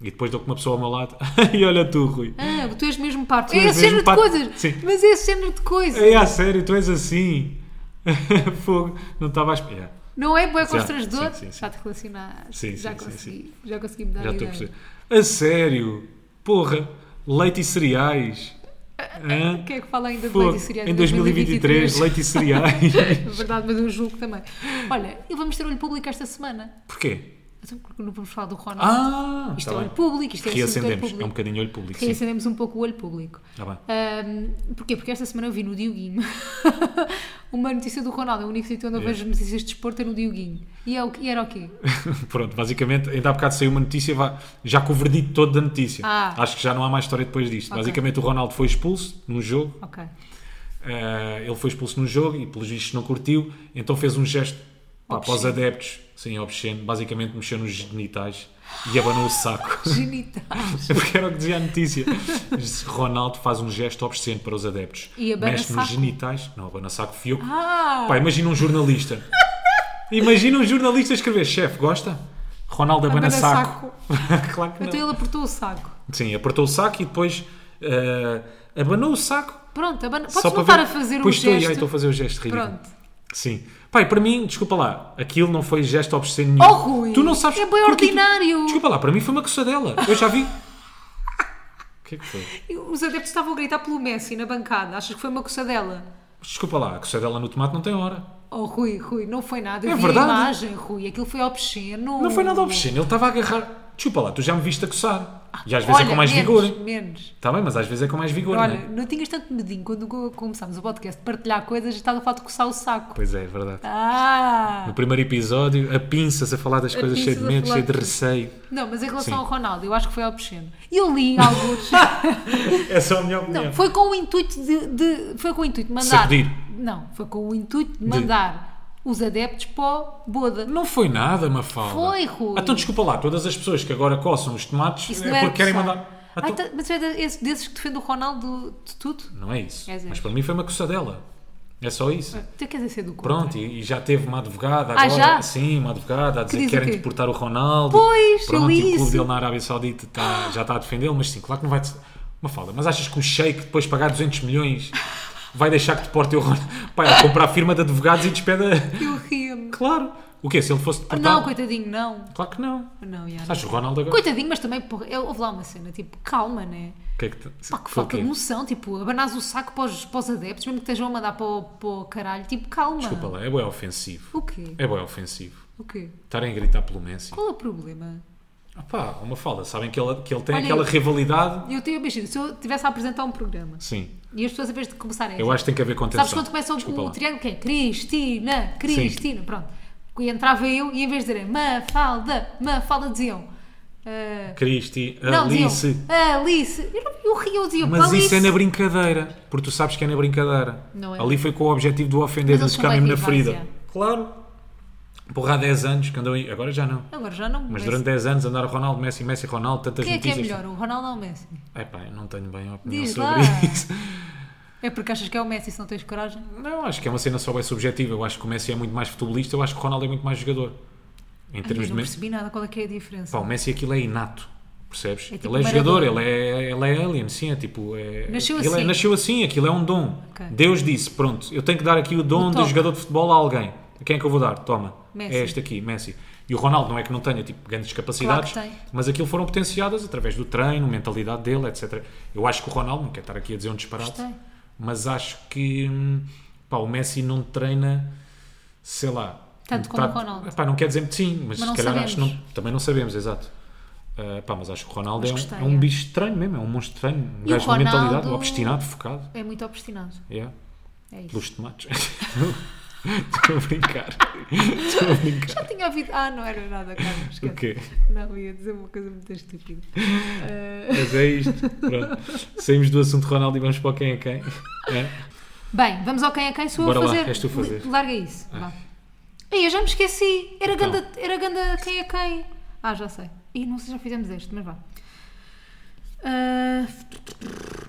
E depois dou com uma pessoa ao meu lado. e olha tu, Rui.
Ah, tu és mesmo parte.
Tu
É
és
esse género de
mesmo parte.
coisas.
Sim.
Mas é esse género de coisas.
Ei, a É, sério, tu és assim. Fogo. Não estava a esperar.
Não é bem
sim,
constrangedor?
sim, sim.
Já te relacionaste.
Sim,
já
sim, sim,
consegui. Já consegui me dar
Já
a
estou a
ideia.
perceber. A sério. Porra. Leite e cereais. Hã?
Quem é que fala ainda de
Fogo.
leite e cereais
Em 2023, leite e cereais.
É verdade, mas eu julgo também. Olha, e vamos ter olho público esta semana.
Porquê?
Então, porque não vamos falar do Ronaldo.
Ah,
isto
tá
é
bem.
olho público, isto é assunto de olho
Reacendemos.
público.
É um bocadinho olho público. Sim.
Reacendemos um pouco o olho público.
Tá bem.
Ahm, porquê? Porque esta semana eu vi no Dioguinho uma notícia do Ronaldo. É o único sítio onde eu
Yeah.
vejo notícias de desporto é no Dioguinho. E, é o, e era o quê?
Pronto, basicamente, ainda há bocado saiu uma notícia, vá, já com o verdito todo da notícia.
Ah.
Acho que já não há mais história depois disto.
Ok.
Basicamente, o Ronaldo foi expulso num jogo,
Ok.
eh, ele foi expulso num jogo e, pelos vistos, não curtiu, então fez um gesto pá, para os
Obsceno.
adeptos, sim, obsceno, basicamente mexeu nos genitais e abanou o saco.
Genitais.
Porque era o que dizia a notícia. Ronaldo faz um gesto obsceno para os adeptos.
E abana
Mexe nos
saco.
genitais. Não, abana saco fui eu que
Ah!
Pá, imagina um jornalista. Imagina um jornalista escrever, chefe, gosta? Ronaldo abana
Abana
saco. claro que não.
então ele apertou o saco.
Sim, apertou o saco e depois eh, abanou o saco.
Pronto, abana... podes
só
não
para
estar
ver.
a fazer
pois
um
estou,
gesto.
ai, estou a fazer o gesto ridículo.
Pronto.
Sim. Pai, para mim, desculpa lá, aquilo não foi gesto obsceno nenhum.
Oh, Rui,
tu não sabes
é bem
porque tu-
ordinário.
Desculpa lá, para mim foi uma coçadela. Eu já vi. O que é que foi?
E Os adeptos estavam a gritar pelo Messi na bancada. Achas que foi uma coçadela?
Desculpa lá, a coçadela no tomate não tem hora.
Oh, Rui, Rui, não foi nada. Eu
É
vi
verdade.
a imagem, Rui. Aquilo foi obsceno.
Não foi nada obsceno, ele estava a agarrar. Desculpa lá, tu já me viste a coçar. E às vezes
Olha,
é com mais
menos,
vigor.
Menos.
Está bem, mas às vezes é com mais vigor, não
Olha,
é?
não tinhas tanto medinho quando co- começámos o podcast de partilhar coisas, estava a falar de coçar o saco.
Pois é, é verdade.
Ah!
No primeiro episódio, a pinças a falar das coisas cheio de
pinças a
medo,
falar
cheio de
de-
receio.
Não, mas em relação
Sim.
ao Ronaldo, eu acho que foi obsceno. Eu li alguns.
É só a minha opinião.
Não, foi com o intuito de, de- foi com o intuito de mandar.
Sacudir.
Não, foi com o intuito de mandar os adeptos para o Boda.
Não foi nada, Mafalda.
Foi, Rui.
Ah, Então desculpa lá, todas as pessoas que agora coçam os tomates
Isso
é
não é
porque querem
coçar.
mandar. Ah,
Ah,
então-
tá- mas é de- esse- desses que defende o Ronaldo de tudo?
Não é isso.
É zero.
mas para mim foi uma coçadela. É só isso.
Tu queres dizer do contra?
Pronto, e, e já teve uma advogada
Ah,
agora.
já?
Sim, uma advogada a dizer
Que
que,
diz o
querem
quê?
deportar o Ronaldo.
Pois, eu
Pronto,
li
e o
isso. Ah.
clube dele na Arábia Saudita tá- já está a defendê-lo, mas sim, claro que não vai. Uma falda. Mas achas que o Sheik, depois de pagar 200 milhões, vai deixar que deporte o Ronaldo? Pá, ele compra a firma de advogados e despede. a-
Eu ria-me.
Claro. O quê? Se ele fosse deportado?
Não, coitadinho, não.
Claro que não.
Não, já, não.
Achas que o Ronaldo agora.
Coitadinho, mas também, porra, eu- houve lá uma cena, tipo, calma, né?
O que é que te-
Pá, que
foi o
falta de
quê?
noção, tipo, abanás o saco para os, para os adeptos, mesmo que estejam a mandar para o, para o caralho, tipo, calma.
Desculpa lá, é bem ofensivo.
O quê?
É bem ofensivo.
O quê?
Estarem a gritar pelo Messi.
Qual é o problema?
Ah pá, uma falda. Sabem que ele, que ele tem
Olha,
aquela
eu-
rivalidade.
Eu tenho, imagina, se eu estivesse a apresentar um programa
Sim.
e as pessoas, em vez de começarem.
É Eu acho que tem que haver contenção.
Sabes quando começa
Desculpa
o, o
lá.
triângulo? Quem? Cristina, Cristina, pronto. E entrava eu e em vez de dizerem Mafalda, Mafalda, diziam. ah,
Cristi,
não,
Alice.
diziam. Alice. Eu, não- eu ria, eu dizia
Mas
Alice.
isso é na brincadeira, porque tu sabes que é na brincadeira.
Não é.
Ali foi com o objetivo de o ofender,
Mas
de
eles
ficar
são bem é.
mesmo na
rivais,
ferida. Claro. Porra, há 10 anos que andou aí. Agora já não.
Agora já não.
Mas
Messi.
durante 10 anos andar Ronaldo, Messi, Messi, Ronaldo, tantas
Quem é que é
notícias.
melhor, o Ronaldo ou o Messi?
Epá, eu não tenho bem a opinião
Diz
sobre
lá.
isso.
É porque achas que é o Messi se não tens coragem?
Não, acho que é uma cena só bem subjetiva. Eu acho que o Messi é muito mais futebolista, eu acho que o Ronaldo é muito mais jogador. Em
Ai, eu
termos de
não
men-
percebi nada qual é que é a diferença.
Pá, o Messi aquilo é inato, percebes?
É tipo
ele é
Maradona.
jogador, ele é, ele é alien, sim, é tipo... É,
Nasceu
aquilo é-
assim.
nasceu assim, aquilo é um dom.
Ok.
Deus disse, pronto, eu tenho que dar aqui o dom
O
do
toque.
jogador de futebol a alguém. A quem é que eu vou dar? Toma.
Messi.
É este aqui, Messi. E o Ronaldo não é que não tenha tipo, grandes capacidades,
Claro que tem.
mas aquilo foram potenciadas através do treino, mentalidade dele, etc. Eu acho que o Ronaldo, não quero estar aqui a dizer um disparate,
Gostei.
mas acho que hum, pá, o Messi não treina, sei lá.
Tanto como o
tá-
Ronaldo.
Epá, não quer dizer que sim,
Mas
mas, se
não
calhar acho que
sabemos.
não, também não sabemos, exato. Ah, pá, mas acho que o Ronaldo
Mas
é um,
gostei,
é um
é.
bicho estranho mesmo, é um monstro estranho, um
E
gajo
o
com mentalidade,
Ronaldo-
obstinado, focado.
É muito obstinado.
Yeah.
É isso.
Pelos tomates. Estou a brincar. Estou a brincar.
Já tinha ouvido. Ah, não era nada, Carlos.
O quê?
Não, ia dizer uma coisa muito estúpida. Ah,
Mas é isto. Pronto. Saímos do assunto Ronaldo e vamos para o quem é quem. É?
Bem, vamos ao quem é quem sou
Bora
eu a
lá,
fazer.
és tu a fazer. Ah.
L- Larga isso. Vá. Ei, eu já me esqueci. Era
Então.
ganda, era ganda quem é quem. Ah, já sei. E não sei se já fizemos este, mas vá. Ah,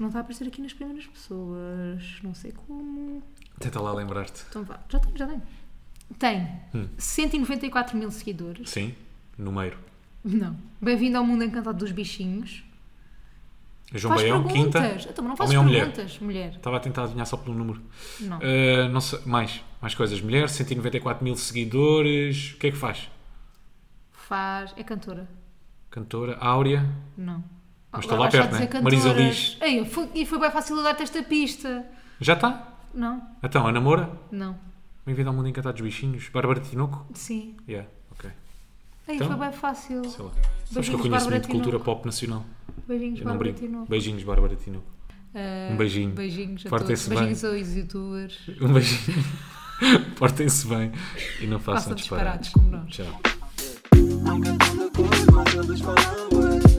não está a aparecer aqui nas primeiras pessoas. Não sei como.
Tenta lá lembrar-te.
Então vá. Já tenho, já tenho. Tem
Hum.
194 mil seguidores.
Sim, número.
Não. Bem-vindo ao mundo encantado dos bichinhos.
João
faz
Baião, quinta.
perguntas. Então, mas não fazes
Homem ou mulher?
perguntas, mulher.
Estava a tentar adivinhar só pelo número.
Não.
Ah, não sei, mais, mais coisas. Mulher, 194 mil seguidores. O que é que faz?
Faz. É cantora.
Cantora, Áurea.
Não. Ah,
Mas está
agora
lá
vais só
perto,
dizer
né? Marisa
cantoras.
Liz.
Ei, eu fui- e foi bem fácil eu dar-te esta pista.
Já está?
Não,
Então, a namora?
não.
Bem-vindo ao mundo encantado dos bichinhos. Bárbara Tinoco?
Sim.
Yeah, ok.
Ei,
Então,
foi bem fácil.
Sei lá. Sabes que eu
Beijinhos,
conheço
Bárbara
muito cultura
Tinoco.
pop nacional.
Beijinhos,
Eu não
Bárbara
brinco.
Tinoco.
Beijinhos, Bárbara Tinoco.
Ah,
Um beijinho.
Beijinhos a
Portem-se
todos. Beijinhos aos youtubers.
Um beijinho. Portem-se bem e não
Façam
façam
disparados
disparates.
como nós.
Tchau.
I'm cantando cor, mas eles falam, ué.